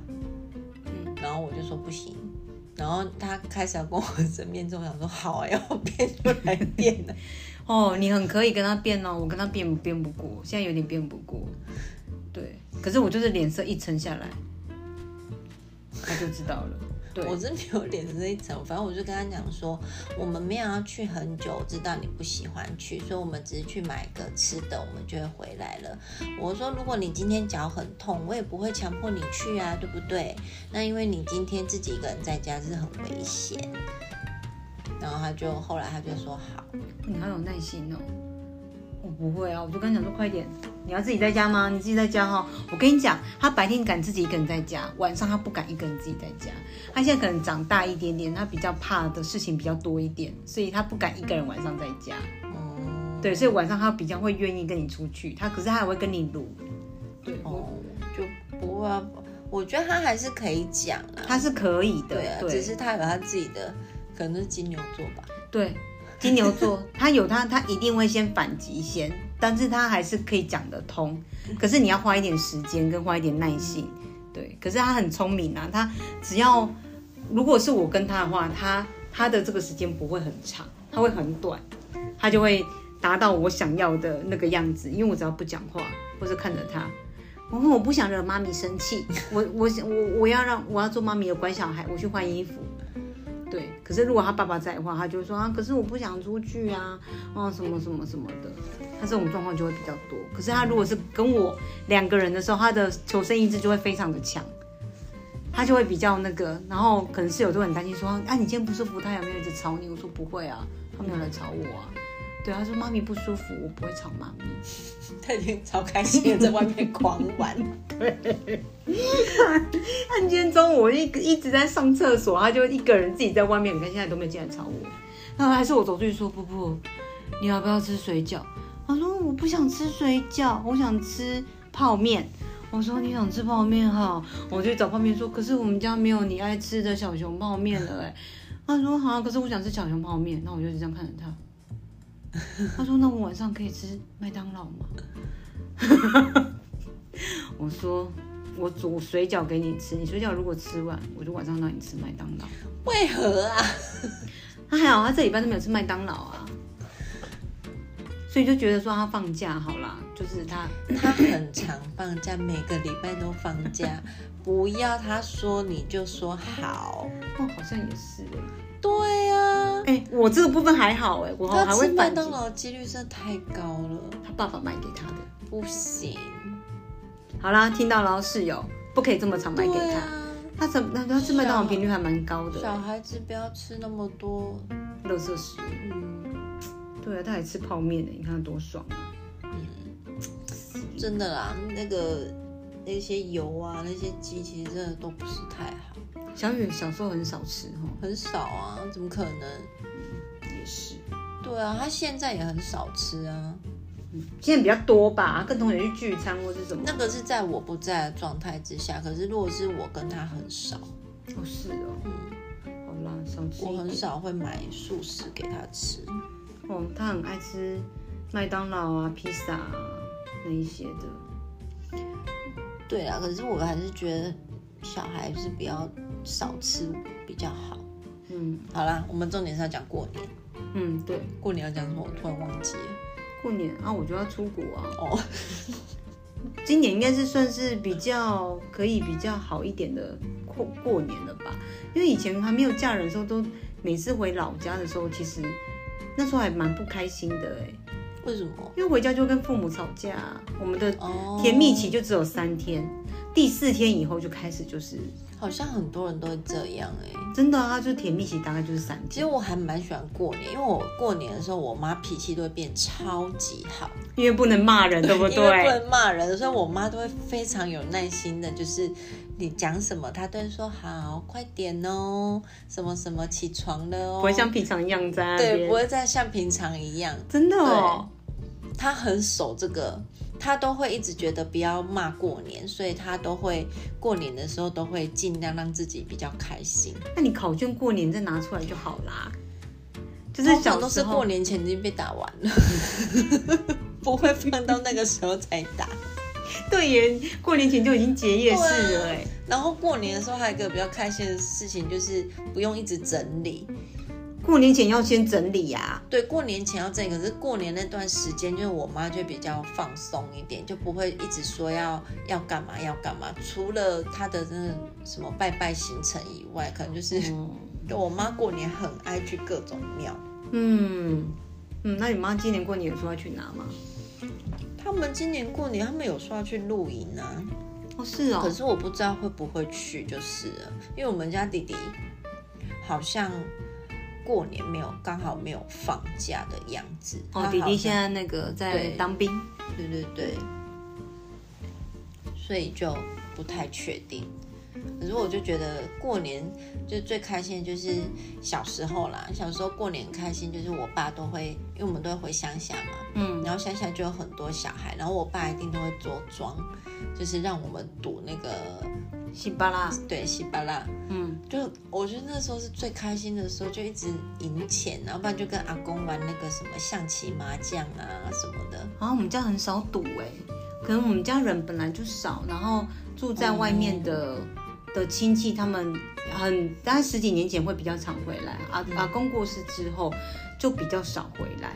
S1: 嗯，
S2: 然后我就说不行。然后他开始要跟我 争辩之后，我想说好啊，要变就来变了。
S1: 哦，你很可以跟他变哦，我跟他变变不过，现在有点变不过，对，可是我就是脸色一沉下来，他就知道了，对，
S2: 我是没有脸这一层，反正我就跟他讲说，我们没有要去很久，我知道你不喜欢去，所以我们只是去买个吃的，我们就会回来了。我说，如果你今天脚很痛，我也不会强迫你去啊，对不对？那因为你今天自己一个人在家是很危险。然后他就后来他就说好，
S1: 你好有耐心哦。我不会啊，我就跟他讲说快点，你要自己在家吗？你自己在家哈、我跟你讲，他白天敢自己一个人在家，晚上他不敢一个人自己在家。他现在可能长大一点点，他比较怕的事情比较多一点，所以他不敢一个人晚上在家。
S2: 嗯，
S1: 对，所以晚上他比较会愿意跟你出去，他可是他还会跟你撸。对，
S2: 哦，就不会啊。我觉得他还是可以讲啊，
S1: 他是可以的，
S2: 对啊，只是他有他自己的，可能是金牛座吧。
S1: 对，金牛座他有他，他一定会先反击先，但是他还是可以讲得通。可是你要花一点时间跟花一点耐心，对。可是他很聪明啊，他只要如果是我跟他的话，他他的这个时间不会很长，他会很短，他就会达到我想要的那个样子。因为我只要不讲话或者看着他。然后我不想惹妈咪生气，我我我我要让我要做妈咪的乖小孩，我去换衣服，对，可是如果他爸爸在的话，他就会说啊，可是我不想出去啊，哦，什么什么什么的，他这种状况就会比较多。可是他如果是跟我两个人的时候，他的求生意志就会非常的强。他就会比较那个，然后可能室友都很担心说，啊，你今天不舒服，他有没有一直吵你？我说不会啊，他没有来吵我啊。对，他说妈咪不舒服，我不会吵妈咪。
S2: 他已经超开心的在外面狂 玩，
S1: 但今天中午我一一直在上厕所，他就一个人自己在外面，你看现在都没有进来吵我。然后还是我走出去说：“不不，你要不要吃水饺？”他说：“我不想吃水饺，我想吃泡面。”我说：“你想吃泡面哈？”我就找泡面说：“可是我们家没有你爱吃的小熊泡面了。”哎，他说：“好、可是我想吃小熊泡面。”哎那我就一直这样看着他。他说：“那我晚上可以吃麦当劳吗？” 我说：“我煮水饺给你吃，你水饺如果吃完，我就晚上让你吃麦当劳。”
S2: 为何啊？
S1: 他还好，他这礼拜都没有吃麦当劳啊，所以就觉得说他放假好啦，就是他
S2: 他很常放假，每个礼拜都放假，不要他说你就说好。
S1: 哦，好像也是哎、
S2: 对啊，
S1: 哎、我这个部分还好哎、我还
S2: 他
S1: 还
S2: 吃
S1: 会
S2: 麦
S1: 反
S2: 当
S1: 击，
S2: 劳几率真的太高了，
S1: 他爸爸买给他的。
S2: 不行。
S1: 好啦，听到了哦室友不可以这么常买给
S2: 对
S1: 他，
S2: 啊，
S1: 他怎么他吃麦当劳频率还蛮高的、
S2: 小
S1: 欸，
S2: 孩子不要吃那么多，
S1: 垃圾食物。
S2: 嗯，
S1: 对啊，他还吃泡面呢、你看他多爽啊！
S2: 真的啦，那个那些油啊，那些鸡其实真的都不是太好，
S1: 小雨小时候很少吃哦，
S2: 很少啊，怎么可能？
S1: 也是，
S2: 对啊，他现在也很少吃啊，
S1: 现在比较多吧，跟同学去聚餐或是什么。
S2: 那个是在我不在的状态之下，可是如果是我跟他很少，嗯
S1: 哦，是哦，好啦，少吃一
S2: 我
S1: 点。
S2: 很少会买素食给他吃。
S1: 哦，他很爱吃麦当劳啊、披萨啊那一些的。
S2: 对啊，可是我还是觉得小孩是比较少吃比较好。
S1: 嗯
S2: 好啦，我们重点是要讲过年，
S1: 嗯，对，
S2: 过年要讲什么？我突然忘记了。
S1: 过年啊，我就要出国啊。
S2: 哦，
S1: 今年应该是算是比较可以比较好一点的过过年了吧？因为以前还没有嫁人的时候，都每次回老家的时候，其实那时候还蛮不开心的哎、
S2: 为什么？
S1: 因为回家就跟父母吵架啊、我们的
S2: 哦，
S1: 甜蜜期就只有三天，第四天以后就开始就是
S2: 好像很多人都会这样哎、
S1: 真的啊，就是甜蜜期大概就是三
S2: 其
S1: 天，
S2: 实我还蛮喜欢过年，因为我过年的时候，我妈脾气都会变超级好，
S1: 因为不能骂人，对不对？
S2: 因为不能骂人，所以我妈都会非常有耐心的，就是你讲什么，她都会说好，快点哦，什么什么起床了哦，
S1: 不会像平常一样在那边，
S2: 对，不会再像平常一样，
S1: 真的哦，
S2: 他很守这个，他都会一直觉得不要骂过年，所以他都会过年的时候都会尽量让自己比较开心。
S1: 那你考卷过年再拿出来就好啦。就是
S2: 通
S1: 小
S2: 常都
S1: 时
S2: 是
S1: 候
S2: 过，年前已经被打完 了，不会放到那个时候才打。
S1: 对耶，过年前就已经结业式了
S2: 对啊
S1: 哎。
S2: 然后过年的时候还有一个比较开心的事情，就是不用一直整理。
S1: 过年前要先整理啊呀、
S2: 对，过年前要整理，可是过年那段时间，就是我妈就比较放松一点，就不会一直说要要干嘛要干嘛。除了她的那个什么拜拜行程以外，可能就是、 就我妈过年很爱去各种庙。
S1: 嗯嗯，那你妈今年过年有说要去哪吗？
S2: 他们今年过年，他们有说要去露营啊，
S1: 哦，是哦
S2: 可，是我不知道会不会去，就是了，因为我们家弟弟好像过年没有刚好没有放假的样子。
S1: 哦，
S2: 他
S1: 弟
S2: 好
S1: 弟
S2: 像
S1: 现在那个在
S2: 对
S1: 当兵，
S2: 对对对，所以就不太确定。可是我就觉得过年就最开心的就是小时候啦，小时候过年开心就是我爸都会，因为我们都会回乡下嘛，
S1: 嗯，
S2: 然后乡下就有很多小孩，然后我爸一定都会着装，就是让我们赌那个
S1: 西巴拉，
S2: 对稀巴烂。
S1: 嗯，
S2: 就我觉得那时候是最开心的时候，就一直赢钱，然后不然就跟阿公玩那个什么象棋、麻将啊什么的。
S1: 然后我们家很少赌哎、可能我们家人本来就少，然后住在外面的、的亲戚，他们很大概十几年前会比较常回来，阿、阿公过世之后就比较少回来。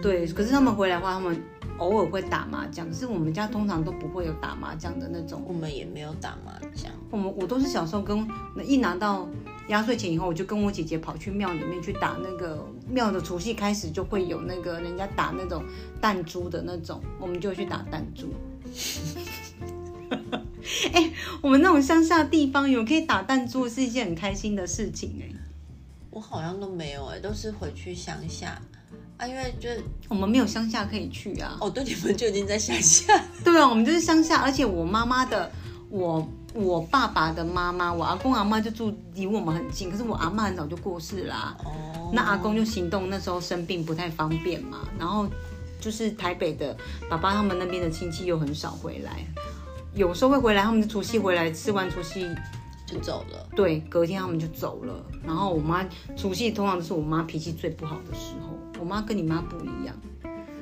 S1: 对，可是他们回来的话，他们偶尔会打麻将，可是我们家通常都不会有打麻将的那种。
S2: 我们也没有打麻将。
S1: 我们我都是小时候跟一拿到压岁钱以后，我就跟我姐姐跑去庙里面去打那个庙的除夕开始就会有那个人家打那 种弹珠的那种，我们就会去打弹珠。哎我们那种乡下地方，有可以打弹珠是一件很开心的事情哎、
S2: 我好像都没有哎、都是回去乡下啊，因为就是
S1: 我们没有乡下可以去啊。
S2: 哦，对，你们就已经在乡下，
S1: 对啊，我们就是乡下，而且我妈妈的，我我爸爸的妈妈，我阿公阿妈就住离我们很近，可是我阿妈很早就过世啦、
S2: 哦，
S1: 那阿公就行动那时候生病不太方便嘛，然后就是台北的爸爸他们那边的亲戚又很少回来，有时候会回来，他们就除夕回来吃完除夕，
S2: 就走了。
S1: 对，隔天他们就走了。然后我妈除夕通常都是我妈脾气最不好的时候，我妈跟你妈不一样，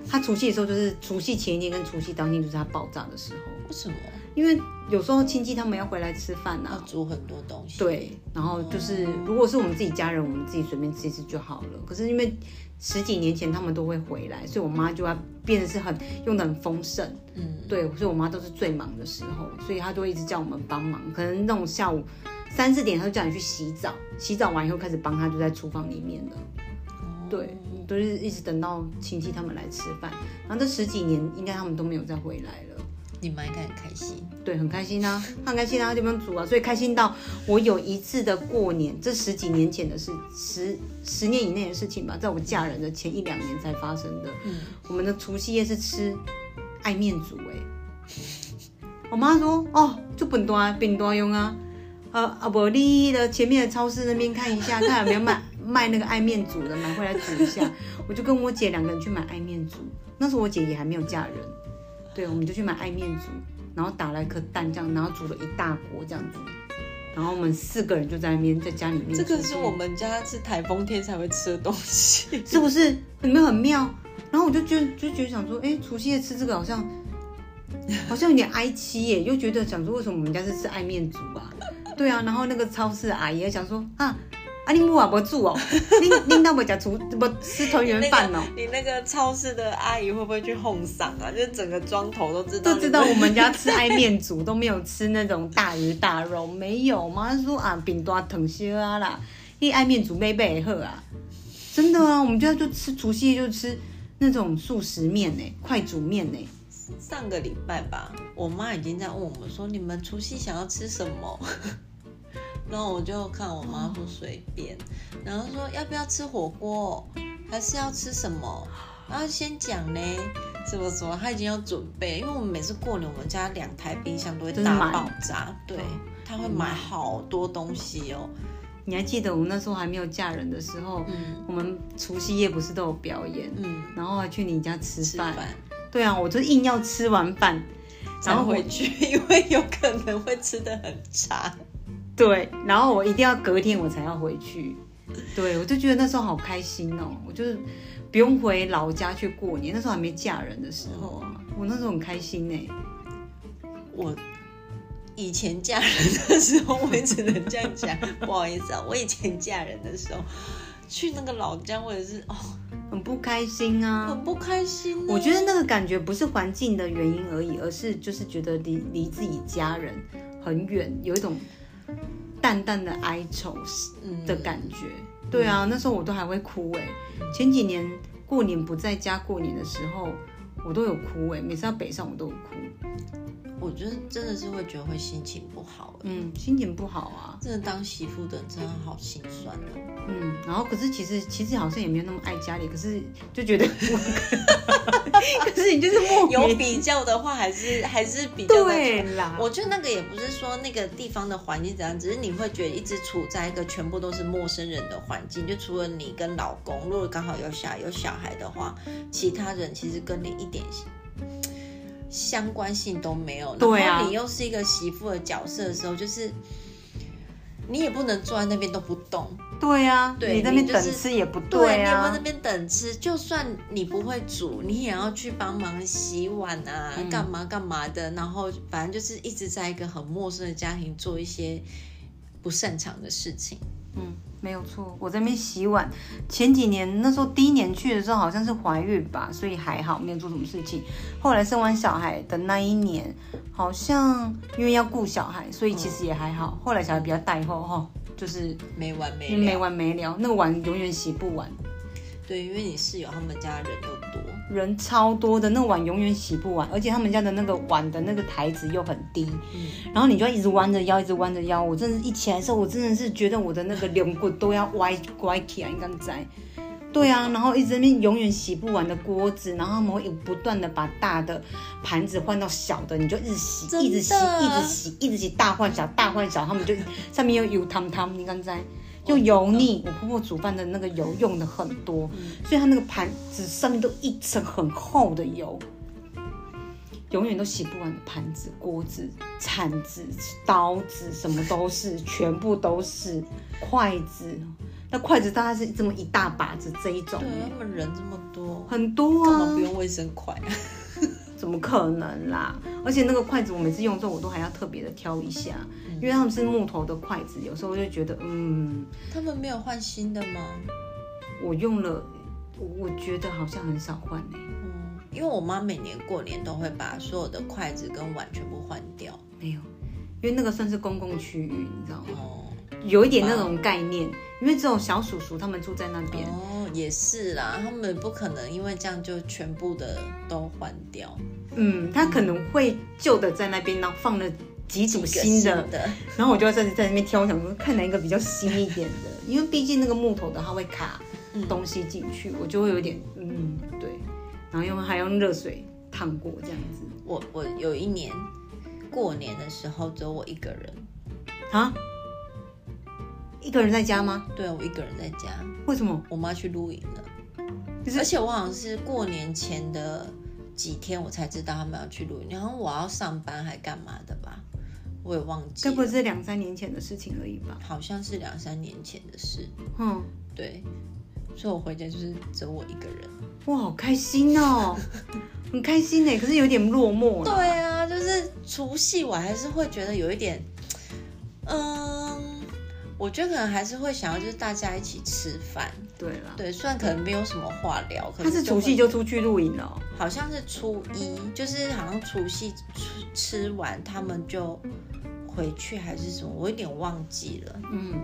S1: 她除夕的时候就是除夕前一天跟除夕当天就是她爆炸的时候，
S2: 为什么
S1: 因为有时候亲戚他们要回来吃饭啊
S2: 要，煮很多东西？
S1: 对，然后就是如果是我们自己家人，我们自己随便吃一吃就好了。可是因为十几年前他们都会回来，所以我妈就要变得是很用的很丰盛，
S2: 嗯，
S1: 对，所以我妈都是最忙的时候，所以她就会一直叫我们帮忙。可能那种下午三四点，她就叫你去洗澡，洗澡完以后开始帮她，就在厨房里面了。
S2: 哦
S1: 对，
S2: 嗯
S1: 都、是一直等到亲戚他们来吃饭。然后这十几年，应该他们都没有再回来了。
S2: 你妈应该很开心。
S1: 对，很开心啊，他很开心啊，他就不用煮啊，所以开心到我有一次的过年，这十几年前的事，十十年以内的事情吧，在我嫁人的前一两年才发生的。
S2: 嗯，
S1: 我们的除夕夜是吃爱面煮、欸， 我妈说哦，就本多啊，本多用啊，呃啊不，你的前面的超市那边看一下， 看有没有卖卖那个爱面煮的，买回来煮一下。 我就跟我姐两个人去买爱面煮，那时候我姐也还没有嫁人，对，我们就去买爱面煮，然后打了一颗蛋这样，然后煮了一大锅这样子，然后我们四个人就在那边在家里面，
S2: 这个是我们家是台风天才会吃的东西。
S1: 是不是有没有很妙？然后我就觉得就觉得想说，哎，除夕夜吃这个好像好像有点哀戚耶，又觉得想说为什么我们家是吃爱面煮啊？对啊，然后那个超市的阿姨还想说啊。啊，你母啊不住哦，你你那不讲厨不吃团圆饭哦，
S2: 你那个超市的阿姨会不会去哄嗓啊？就是整个庄头都知道，
S1: 都知道我们家吃爱面煮都没有吃那种大鱼大肉，没有。我妈说啊，饼多藤些啊啦，一爱面煮妹妹喝啊，真的啊，我们家就吃除夕夜就吃那种素食面呢、快煮面呢、
S2: 上个礼拜吧，我妈已经在问我们说，你们除夕想要吃什么？ 然后我就看我妈说随便，然后说要不要吃火锅，还是要吃什么？然后先讲呢，什么什么，她已经要准备，因为我们每次过年，我们家两台冰箱都会
S1: 都是
S2: 大
S1: 满
S2: 爆炸，对，她会
S1: 嗯
S2: 买好多东西哦，
S1: 你还记得我们那时候还没有嫁人的时候，
S2: 嗯
S1: 我们除夕夜不是都有表演，
S2: 嗯，
S1: 然后还去你家吃
S2: 吃
S1: 饭。
S2: 饭
S1: 对啊，我就硬要吃完饭，
S2: 才
S1: 然后我
S2: 回去， 因为有可能会吃的很差。
S1: 对，然后我一定要隔天我才要回去。对，我就觉得那时候好开心哦，我就是不用回老家去过年，那时候还没嫁人的时候啊，我那时候很开心欸呢。
S2: 我以前嫁人的时候，我也只能这样讲， 不好意思啊。我以前嫁人的时候，去那个老家，我也是哦，
S1: 很不开心啊。
S2: 很不开心、
S1: 我觉得那个感觉不是环境的原因而已，而是就是觉得离离自己家人很远，有一种淡淡的哀愁
S2: 得
S1: 的感觉。
S2: 嗯
S1: 对啊，那时候我都还会哭哎、前几年过年不在家过年的时候，我都有哭哎、每次到北上我都有哭，
S2: 嗯，我觉得真的是会觉得会心情不好、欸。
S1: 嗯，心情不好啊，
S2: 真的当媳妇的真的好心酸哦、
S1: 嗯，然后可是其实其实好像也没有那么爱家里，可是就觉得 可是你就是莫
S2: 有
S1: 名
S2: 比较的话，还是还是比较得出
S1: 对啦，
S2: 我觉得那个也不是说那个地方的环境怎样，只是你会觉得一直处在一个全部都是陌生人的环境，就除了你跟老公，如果刚好有小有小孩的话，其他人其实跟你一点相关性都没有。
S1: 对啊
S2: 然后你又是一个媳妇的角色的时候，就是你也不能坐在那边都不动，
S1: 对啊，
S2: 对
S1: 你那边
S2: 你就是
S1: 等吃也不
S2: 你也不能
S1: 啊
S2: 在那，边等吃，就算你不会煮，你也要去帮忙洗碗啊，
S1: 嗯
S2: 干嘛干嘛的。然后反正就是一直在一个很陌生的家庭做一些不擅长的事情。
S1: 嗯，没有错，我在那边洗碗。前几年那时候第一年去的时候好像是怀孕吧，所以还好没有做什么事情。后来生完小孩的那一年，好像因为要顾小孩，所以其实也还好。后来小孩比较大以后，哈、就是
S2: 没完没了，
S1: 没完没了，那个碗永远洗不完。
S2: 对，因为你室友他们家人又多，
S1: 人超多的，那碗永远洗不完，而且他们家的那个碗的那个台子又很低，然后你就要一直弯着腰，一直弯着腰。我真的，一起来的时候，我真的是觉得我的那个脸骨都要歪歪起来，应该在。对啊，然后一直在那边永远洗不完的锅子，然后他们会不断的把大的盘子换到小的，你就一直洗，
S2: 真的
S1: 一直洗，一直洗，一直洗，大换小，大换小，他们就上面又油汤汤，你刚才
S2: 哦
S1: 又油腻。我婆婆煮饭的那个油用的很多，
S2: 嗯
S1: 所以她那个盘子上面都一层很厚的油，永远都洗不完的盘子、锅子、铲子、刀子，什么都是， 全部都是筷子。那筷子大概是这么一大把子这一种
S2: 对，他们人这么多，
S1: 很多
S2: 干
S1: 啊
S2: 嘛，不用卫生筷？啊
S1: 怎么可能啦？而且那个筷子，我每次用的时候，我都还要特别的挑一下，
S2: 嗯
S1: 因为他们是木头的筷子，有时候我就觉得，嗯，
S2: 他们没有换新的吗？
S1: 我用了，我我觉得好像很少换呢、
S2: 嗯，因为我妈每年过年都会把所有的筷子跟碗全部换掉。
S1: 没有，因为那个算是公共区域，你知道吗？
S2: 哦
S1: 有一点那种概念，因为只有小叔叔他们住在那边，
S2: 哦，也是啦，他们不可能因为这样就全部的都换掉，
S1: 嗯，他可能会旧的在那边，然后放了几组
S2: 一个
S1: 新的，
S2: 的，
S1: 然后我就要在在那边挑，想说看哪一个比较新一点 的，因为毕竟那个木头的它会卡东西进去，我就会有点嗯对，然后用还用热水烫过这样子
S2: 我我有一年过年的时候只有我一个人，
S1: 啊，一个人在家吗？
S2: 对我一个人在家，
S1: 为什么？
S2: 我妈去露营了
S1: 可是，
S2: 而且我好像是过年前的几天我才知道他们要去露营，然后我要上班还干嘛的吧，我也忘记
S1: 该
S2: 了
S1: 不会是两三年前的事情而已吧？
S2: 好像是两三年前的事，
S1: 嗯，
S2: 对，所以我回家就是只有我一个人。
S1: 哇，好开心 哦，很开心欸呢，可是有点落寞了。
S2: 对啊，就是除夕我还是会觉得有一点，嗯，我觉得可能还是会想要就是大家一起吃饭，
S1: 对啦，
S2: 对，虽然可能没有什么话聊，可
S1: 他是
S2: 就
S1: 除
S2: 会
S1: 夕就出去露营了哦、
S2: 好像是初一，就是好像除夕吃吃完他们就回去还是什么，我有点忘记了。
S1: 嗯，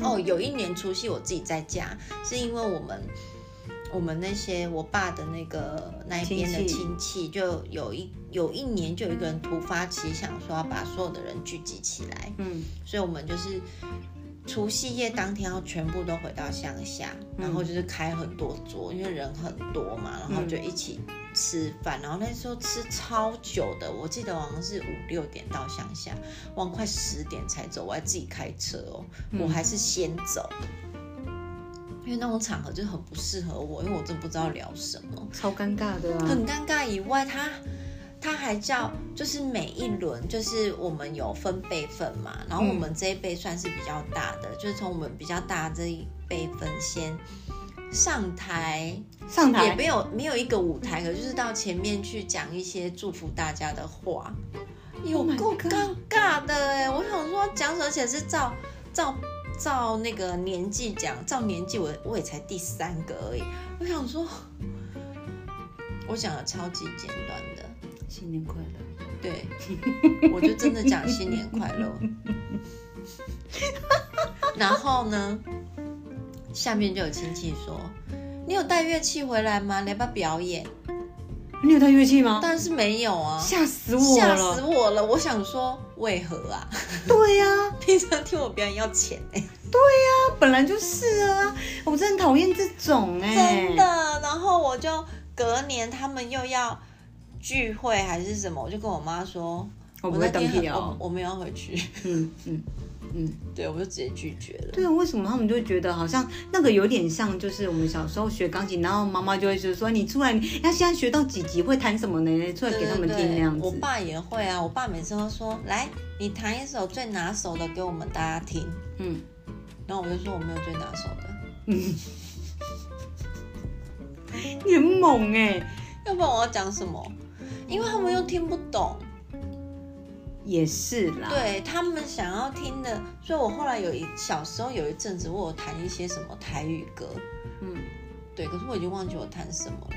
S2: 哦，有一年除夕我自己在家，是因为我们我们那些我爸的那个那一边的
S1: 亲戚
S2: 亲戚，就有一有一年就有一个人突发奇想，说要把所有的人聚集起来，
S1: 嗯，
S2: 所以我们就是除夕夜当天要全部都回到乡下，然后就是开很多桌，因为人很多嘛，然后就一起吃饭，然后那时候吃超久的，我记得好像是五六点到乡下，往快十点才走，我还自己开车哦，我还是先走。因为那种场合就很不适合我，因为我真的不知道聊什么。
S1: 超尴尬的啊。
S2: 很尴尬以外，他他还叫，就是每一轮就是我们有分辈分嘛，然
S1: 嗯
S2: 后我们这一辈算是比较大的，就是从我们比较大这一辈分先上台，
S1: 上
S2: 也
S1: 台
S2: 没有没有一个舞台，可就是到前面去讲一些祝福大家的话，有
S1: Oh my
S2: 够
S1: God
S2: 尴尬的哎、我想说讲什么，而且是照照照那个年纪讲，照年纪我我也才第三个而已，我想说，我讲的超级简短的，
S1: 新年快乐，
S2: 对，我就真的讲新年快乐。然后呢，下面就有亲戚说：“你有带乐器回来吗？你要不要表演
S1: 你有带乐器？”吗？
S2: 当然是没有啊，
S1: 吓死我
S2: 吓
S1: 了！
S2: 死我了！我想说，为何啊？
S1: 对呀、
S2: 平常听我表演要 钱哎、
S1: 他本来就是啊，我真的很讨厌这种哎、
S2: 真的。 然后我就隔年他们又要聚会还是什么，我就跟我妈说，
S1: 我不
S2: 那
S1: 会
S2: 天
S1: 登
S2: 很
S1: 记哦。
S2: 我我们要回去，
S1: 嗯嗯嗯，
S2: 对，我就直接拒绝了。
S1: 对啊，为什么他们就会觉得好像那个有点像，就是我们小时候学钢琴，然后妈妈就会就说你出来，你要现在学到几级会弹什么呢？出来给他们听那样
S2: 对对对我
S1: 子。
S2: 爸也会啊，我爸每次都说：“来，你弹一首最拿手的给我们大家听。
S1: 嗯，”
S2: 然后我就说我没有最拿手的，
S1: 你很猛哎、
S2: 要不然我要讲什么？因为他们又听不懂，
S1: 也是啦。
S2: 对他们想要听的，所以我后来有一小时候有一阵子，我有弹一些什么台语歌，
S1: 嗯
S2: 对，可是我已经忘记我弹什么了。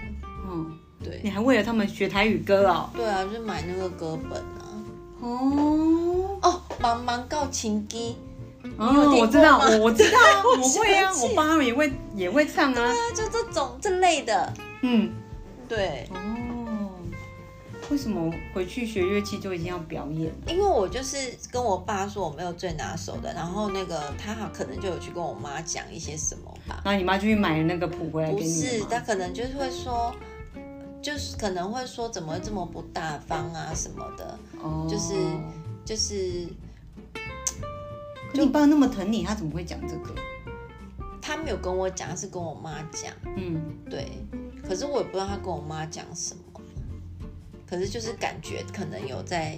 S1: 嗯，
S2: 对
S1: 你，还为了他们学台语歌哦。
S2: 对啊，就是买那个歌本啊。
S1: 哦，
S2: 哦，茫茫到情机，有
S1: 哦，
S2: 听
S1: 我
S2: 过
S1: 知道，
S2: 吗
S1: 我我知道啊，
S2: 我
S1: 我会啊，
S2: 生
S1: 我
S2: 气
S1: 帮他们也会也会唱啊，
S2: 啊，就这种这类的，
S1: 嗯，
S2: 对，
S1: 哦，为什么回去学乐器就一定要表演？
S2: 因为我就是跟我爸说我没有最拿手的，然后那个他好可能就有去跟我妈讲一些什么吧，
S1: 然后你妈就去买那个谱回来
S2: 不
S1: 给你
S2: 是，
S1: 吗
S2: 他可能就是会说，就是可能会说怎么会这么不大方啊什么的，
S1: 哦，
S2: 就是就是
S1: 可你爸那么疼你，他怎么会讲这个？
S2: 他没有跟我讲，是跟我妈讲，
S1: 嗯，
S2: 对，可是我也不知道他跟我妈讲什么，可是就是感觉可能有在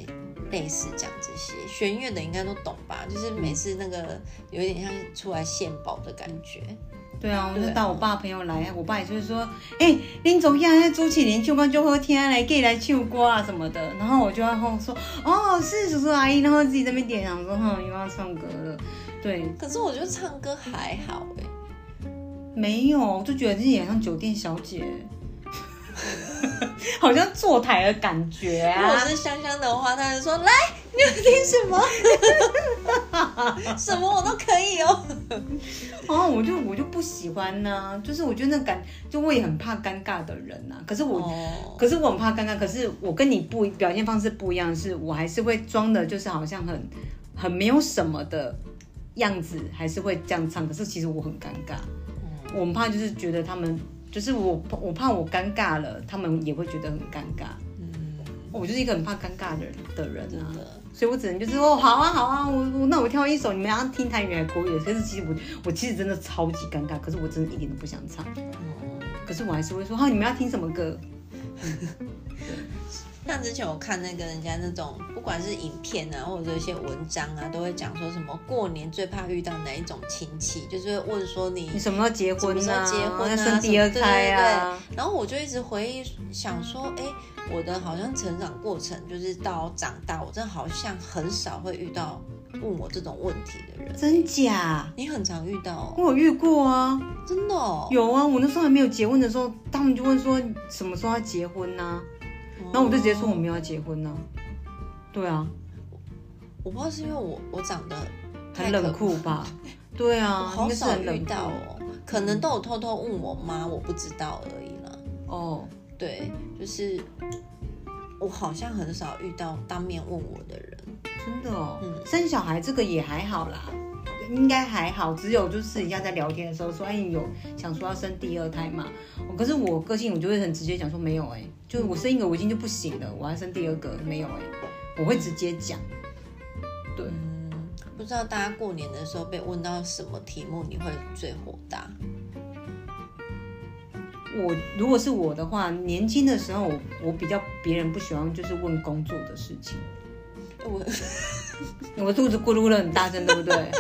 S2: 类似讲这些，弦乐的应该都懂吧，就是每次那个有点像是出来献宝的感觉，
S1: 对啊，我
S2: 对
S1: 就
S2: 啊
S1: 带我爸朋友来，我爸也就是说，哎、林总要那朱启林唱歌就好听啊，来给来唱歌啊什么的。然后我就要后说，哦，是叔叔阿姨，然后自己在那边点，想说，哼，又要唱歌了。对，
S2: 可是我觉得唱歌还好哎、
S1: 没有，我就觉得自己很像酒店小姐， 好像坐台的感觉
S2: 如果
S1: 啊。
S2: 是香香的话，他就说来，你要听什么？什么我都可以哦。
S1: 哦，我就我就不喜欢呢、就是我觉得那感，就我也很怕尴尬的人呐、可是我
S2: 哦，
S1: 可是我很怕尴尬，可是我跟你不表现方式不一样，是我还是会装的，就是好像很很没有什么的样子，还是会这样唱。可是其实我很尴尬，
S2: 哦
S1: 我很怕就是觉得他们，就是我我怕我尴尬了，他们也会觉得很尴尬。
S2: 嗯，
S1: 我就是一个很怕尴尬的人的人啊
S2: 真，的，
S1: 所以我只能就是哦，好啊好啊，我我那我挑一首，你们要听台语还是国语的？可是其实我我其实真的超级尴尬，可是我真的一点都不想唱，
S2: 嗯。
S1: 可是我还是会说，哈、你们要听什么歌？
S2: 像之前我看那个人家那种，不管是影片啊，或者一些文章啊，都会讲说什么过年最怕遇到哪一种亲戚，就是会问说你
S1: 你什么时候结
S2: 什
S1: 婚
S2: 么时
S1: 啊？
S2: 候结婚啊，
S1: 要生第二
S2: 什么
S1: 胎啊？
S2: 对对对。然后我就一直回忆，想说，哎，我的好像成长过程就是到长大，我真的好像很少会遇到问我这种问题的人。
S1: 真假？
S2: 你很常遇到哦，
S1: 我有遇过啊，
S2: 真的、哦。
S1: 有啊，我那时候还没有结婚的时候，他们就问说什么时候要结婚呐、然后我就直接说我没有要结婚呐、对啊，
S2: 哦我不知道是因为我我长得太
S1: 很冷酷吧？对
S2: 可，我
S1: 啊，
S2: 好
S1: 应该是
S2: 少
S1: 很
S2: 遇
S1: 冷酷
S2: 到哦，可能都有偷偷问我妈，我不知道而已啦。
S1: 哦。
S2: 对，就是我好像很少遇到当面问我的人。
S1: 真的哦，
S2: 嗯
S1: 生小孩这个也还好啦，应该还好，只有就私底下在聊天的时候说，哎，你有想说要生第二胎嘛？我可是我个性，我就会很直接讲说没有、哎，就我生一个我已经就不行了，我还生第二个没有、哎，我会直接讲。对，
S2: 嗯，不知道大家过年的时候被问到什么题目，你会最火大？
S1: 我如果是我的话，年轻的时候我我比较别人不喜欢就是问工作的事情，
S2: 我
S1: 我肚子咕噜了很大声，对不对？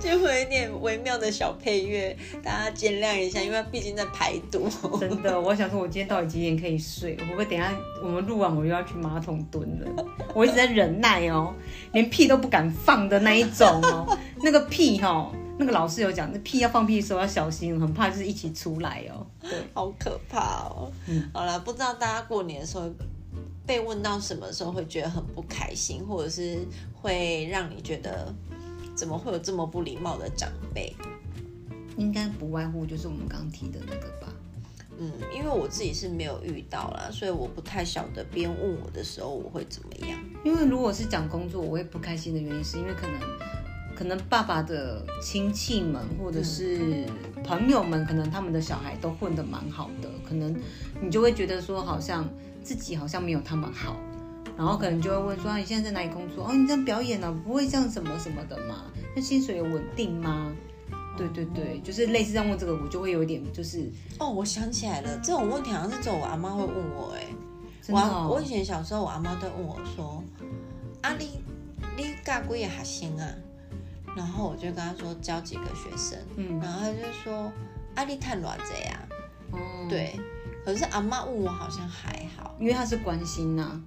S2: 就会有一点微妙的小配乐，大家见谅一下，因为毕竟在排毒。
S1: 真的，我想说，我今天到底几点可以睡？我会不会等一下我们录完我又要去马桶蹲了？我一直在忍耐哦，连屁都不敢放的那一种哦。 那个屁哈、哦，那个老师有讲，那屁要放屁的时候要小心，很怕就是一起出来哦。对，
S2: 好可怕哦！
S1: 嗯
S2: 好了，不知道大家过年的时候被问到什么时候会觉得很不开心，或者是会让你觉得怎么会有这么不礼貌的长辈？
S1: 应该不外乎就是我们刚提的那个吧。
S2: 嗯，因为我自己是没有遇到啦，所以我不太晓得别人问我的时候我会怎么样。
S1: 因为如果是讲工作，我会不开心的原因，是因为可能可能爸爸的亲戚们或者是朋友们，可能他们的小孩都混得蛮好的，可能你就会觉得说，好像自己好像没有他们好。然后可能就会问说、啊、你现在在哪里工作？哦，你这样表演呢、不会这样什么什么的嘛？那薪水有稳定吗？对对对，就是类似这样问这个，我就会有一点就是
S2: 哦，我想起来了，这种问题好像是只有我阿妈会问我、欸，哎、
S1: 真
S2: 我
S1: 的
S2: 阿
S1: 哦、
S2: 我以前小时候，我阿妈都问我说：“啊你，你教几个学生啊？”然后我就跟她说教几个学生，
S1: 嗯
S2: 然后她就说：“啊你探偌济啊
S1: 哦？”，
S2: 对，可是阿妈问我好像还好，
S1: 因为他是关心呐、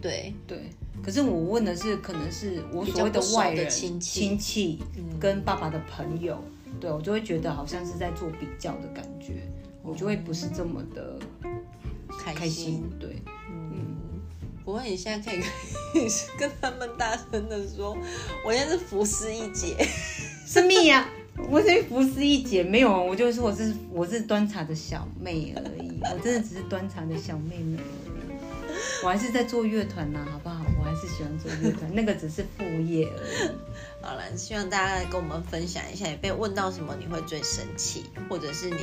S2: 对，
S1: 对，可是我问的是，可能是我
S2: 比
S1: 所
S2: 较
S1: 谓
S2: 不熟
S1: 外
S2: 的
S1: 人、
S2: 亲戚嗯
S1: 亲戚跟爸爸的朋友，对我就会觉得好像是在做比较的感觉，我就会不是这么的
S2: 哦开
S1: 开心。对，
S2: 嗯，不过你现在可以可以跟 他们大声的说，我现在是服侍一姐，
S1: 是蜜呀、 我是服侍一姐，没有，啊我就说我是我是端茶的小妹而已，我真的只是端茶的小妹妹而已。我还是在做乐团呐，好不好？我还是喜欢做乐团，那个只是副业而已。
S2: 好了，希望大家跟我们分享一下，你被问到什么你会最生气，或者是你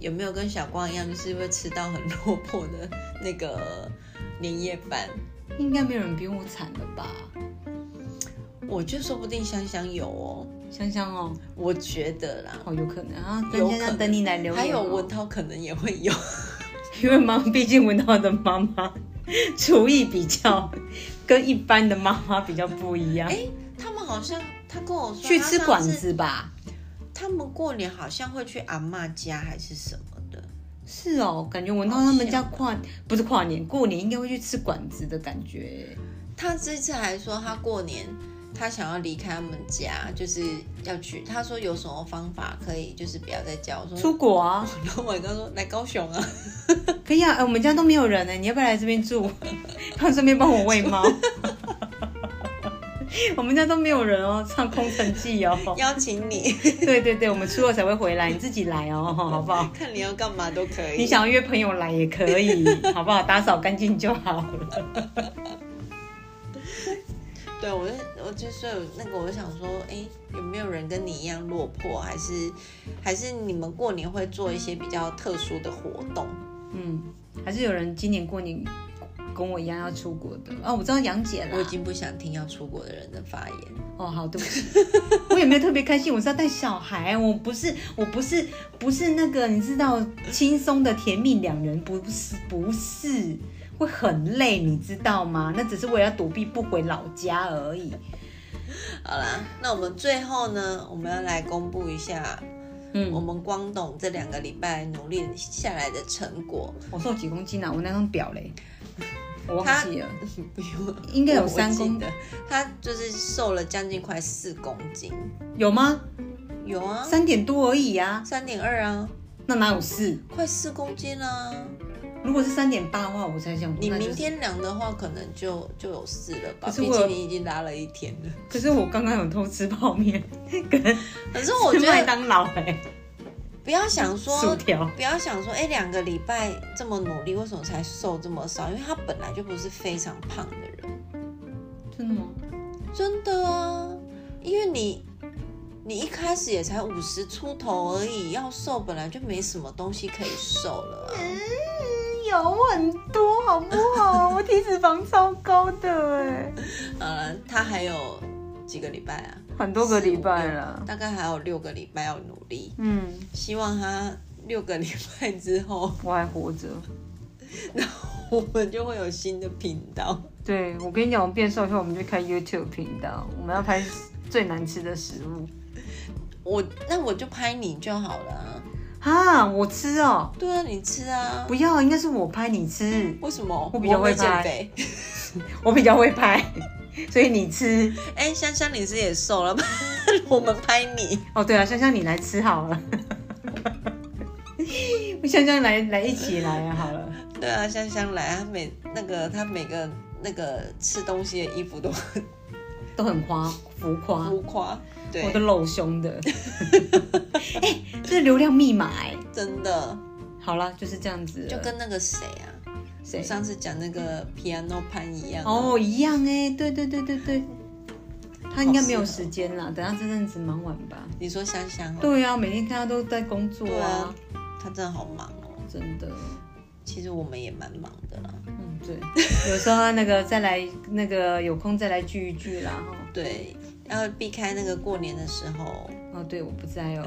S2: 有没有跟小光一样，就是会吃到很落魄的那个年夜饭？
S1: 应该没有人比我惨了吧？
S2: 我就说不定香香有哦，
S1: 香香哦，
S2: 我觉得啦，
S1: 好有可能啊！但
S2: 有可
S1: 香
S2: 能
S1: 香等你来留言、哦。
S2: 还有文涛可能也会有，
S1: 因为妈，毕竟文涛的妈妈厨艺比较跟一般的妈妈比较不一样。
S2: 哎他们好像他跟我说
S1: 去吃馆，
S2: 他上次
S1: 子吧？
S2: 他们过年好像会去阿妈家还是什么的，
S1: 是哦，感觉文涛他们家跨不是跨年，过年应该会去吃馆子的感觉。
S2: 他这次还说他过年他想要离开他们家，就是要去。他说有什么方法可以就是不要再叫。我说，
S1: 出国啊，
S2: 然后我刚说来高雄啊，
S1: 可以啊，哎我们家都没有人呢，你要不要来这边住？然后顺便帮我喂 猫。我们家都没有人哦，唱空城计 哦。
S2: 邀请你，
S1: 对对对，我们初二才会回来，你自己来哦，好不好？
S2: 看你要干嘛都可以。
S1: 你想要约朋友来也可 以，好不好？打扫干净就好了。
S2: 对我就我就所以那个我就想说，哎，有没有人跟你一样落魄，还是还是你们过年会做一些比较特殊的活动？
S1: 嗯，还是有人今年过年跟我一样要出国的哦，我知道杨姐啦
S2: 我已。经不想听要出国的人的发言。
S1: 哦，好，对不 起，我也没有特别开心，我是要带小孩，我不是，我不是，不是那个，你知道，轻松的甜蜜两人，不是，不是，会很累，你知道吗？那只是为了躲避不回老家而已。
S2: 好啦，那我们最后呢，我们要来公布一下
S1: 嗯，我
S2: 我们光董这两个礼拜努力下来的成果，
S1: 我瘦几公斤啊？我那张表嘞，我
S2: 他
S1: 忘记了，
S2: 不用
S1: 应该有三公
S2: 的，他就是瘦了将近快四公斤，
S1: 有吗？
S2: 有啊，
S1: 三点多而已啊，
S2: 三点二啊，
S1: 那哪有事？
S2: 快四公斤啦、
S1: 如果是三点八的话，我才想
S2: 你
S1: 那就
S2: 明
S1: 是
S2: 天量的话，可能就就有四了吧，
S1: 可是
S2: 毕
S1: 我
S2: 竟你已经拉了一天 了。
S1: 可是我刚刚有偷吃泡 面，跟
S2: 可是我
S1: 吃
S2: 觉
S1: 麦
S2: 得
S1: 当劳哎、
S2: 不要想
S1: 薯
S2: 说。
S1: 条。
S2: 不要想说，哎、两个礼拜这么努力，为什么才瘦这么少？因为他本来就不是非常胖的人。
S1: 真的吗？
S2: 真的啊，因为你你一开始也才五十出头而已，要瘦本来就没什么东西可以瘦了、啊。
S1: 嗯，有很多，好不好？我体脂肪超高的 哎、
S2: 呃，他还有几个礼拜啊？
S1: 很多个礼拜了。
S2: 大概还有六个礼拜要努力。
S1: 嗯，
S2: 希望他六个礼拜之后，
S1: 我还活着。
S2: 我们就会有新的频道。
S1: 对，我跟你讲，我变瘦以后，我们就开 YouTube 频道，我们要拍最难吃的食物。
S2: 我那我就拍你就好了、啊。
S1: 哈，我吃哦，
S2: 对啊，你吃啊
S1: 不。要，应该是我拍你吃，
S2: 为什么？
S1: 我比较
S2: 会
S1: 会
S2: 减
S1: 拍
S2: 肥。
S1: 我比较会拍，所以你吃。
S2: 哎、香香，你是也瘦了吧？ 我们拍你。
S1: 哦，对啊，香香你来吃好了， 香香来来一起来啊，好了，
S2: 对啊，香香来，她每那个她每个那个吃东西的衣服都 很
S1: 都很夸浮夸，
S2: 浮夸，对
S1: 我，都露胸的， 哎、这是流量密码哎、
S2: 真的
S1: 好啦，就是这样子了，
S2: 就跟那个谁啊，
S1: 谁
S2: 我上次讲那个 piano 潘一样、啊
S1: 哦，一样哎、对对对对对，他应该没有
S2: 好啊适合
S1: 时间啦，等他这阵子忙晚吧。
S2: 你说香香哦，
S1: 对啊，每天看他都在工作
S2: 对啊
S1: 啊，
S2: 她真的好忙哦。
S1: 真的。
S2: 其实我们也蛮忙的啦，
S1: 嗯，对，有时候那个再来，那个有空再来聚一聚啦，哈。
S2: 对，要避开那个过年的时候，
S1: 哦，对，我不在 哦，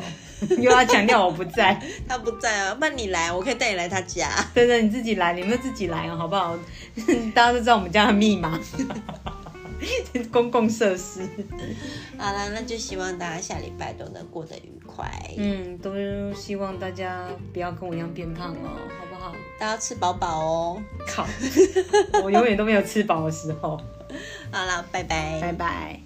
S1: 又要强调我不在。
S2: 她不在啊，不然你来，我可以带你来她家。
S1: 对对，你自己来，你们自己来哦，好不好？大家都知道我们家的密码，公共设施。
S2: 好啦，那就希望大家下礼拜都能过得愉快，
S1: 嗯，都希望大家不要跟我一样变胖哦，好不好？
S2: 大家吃饱饱哦。
S1: 靠，我永远都没有吃饱的时候。
S2: 好啦，拜拜。
S1: 拜拜。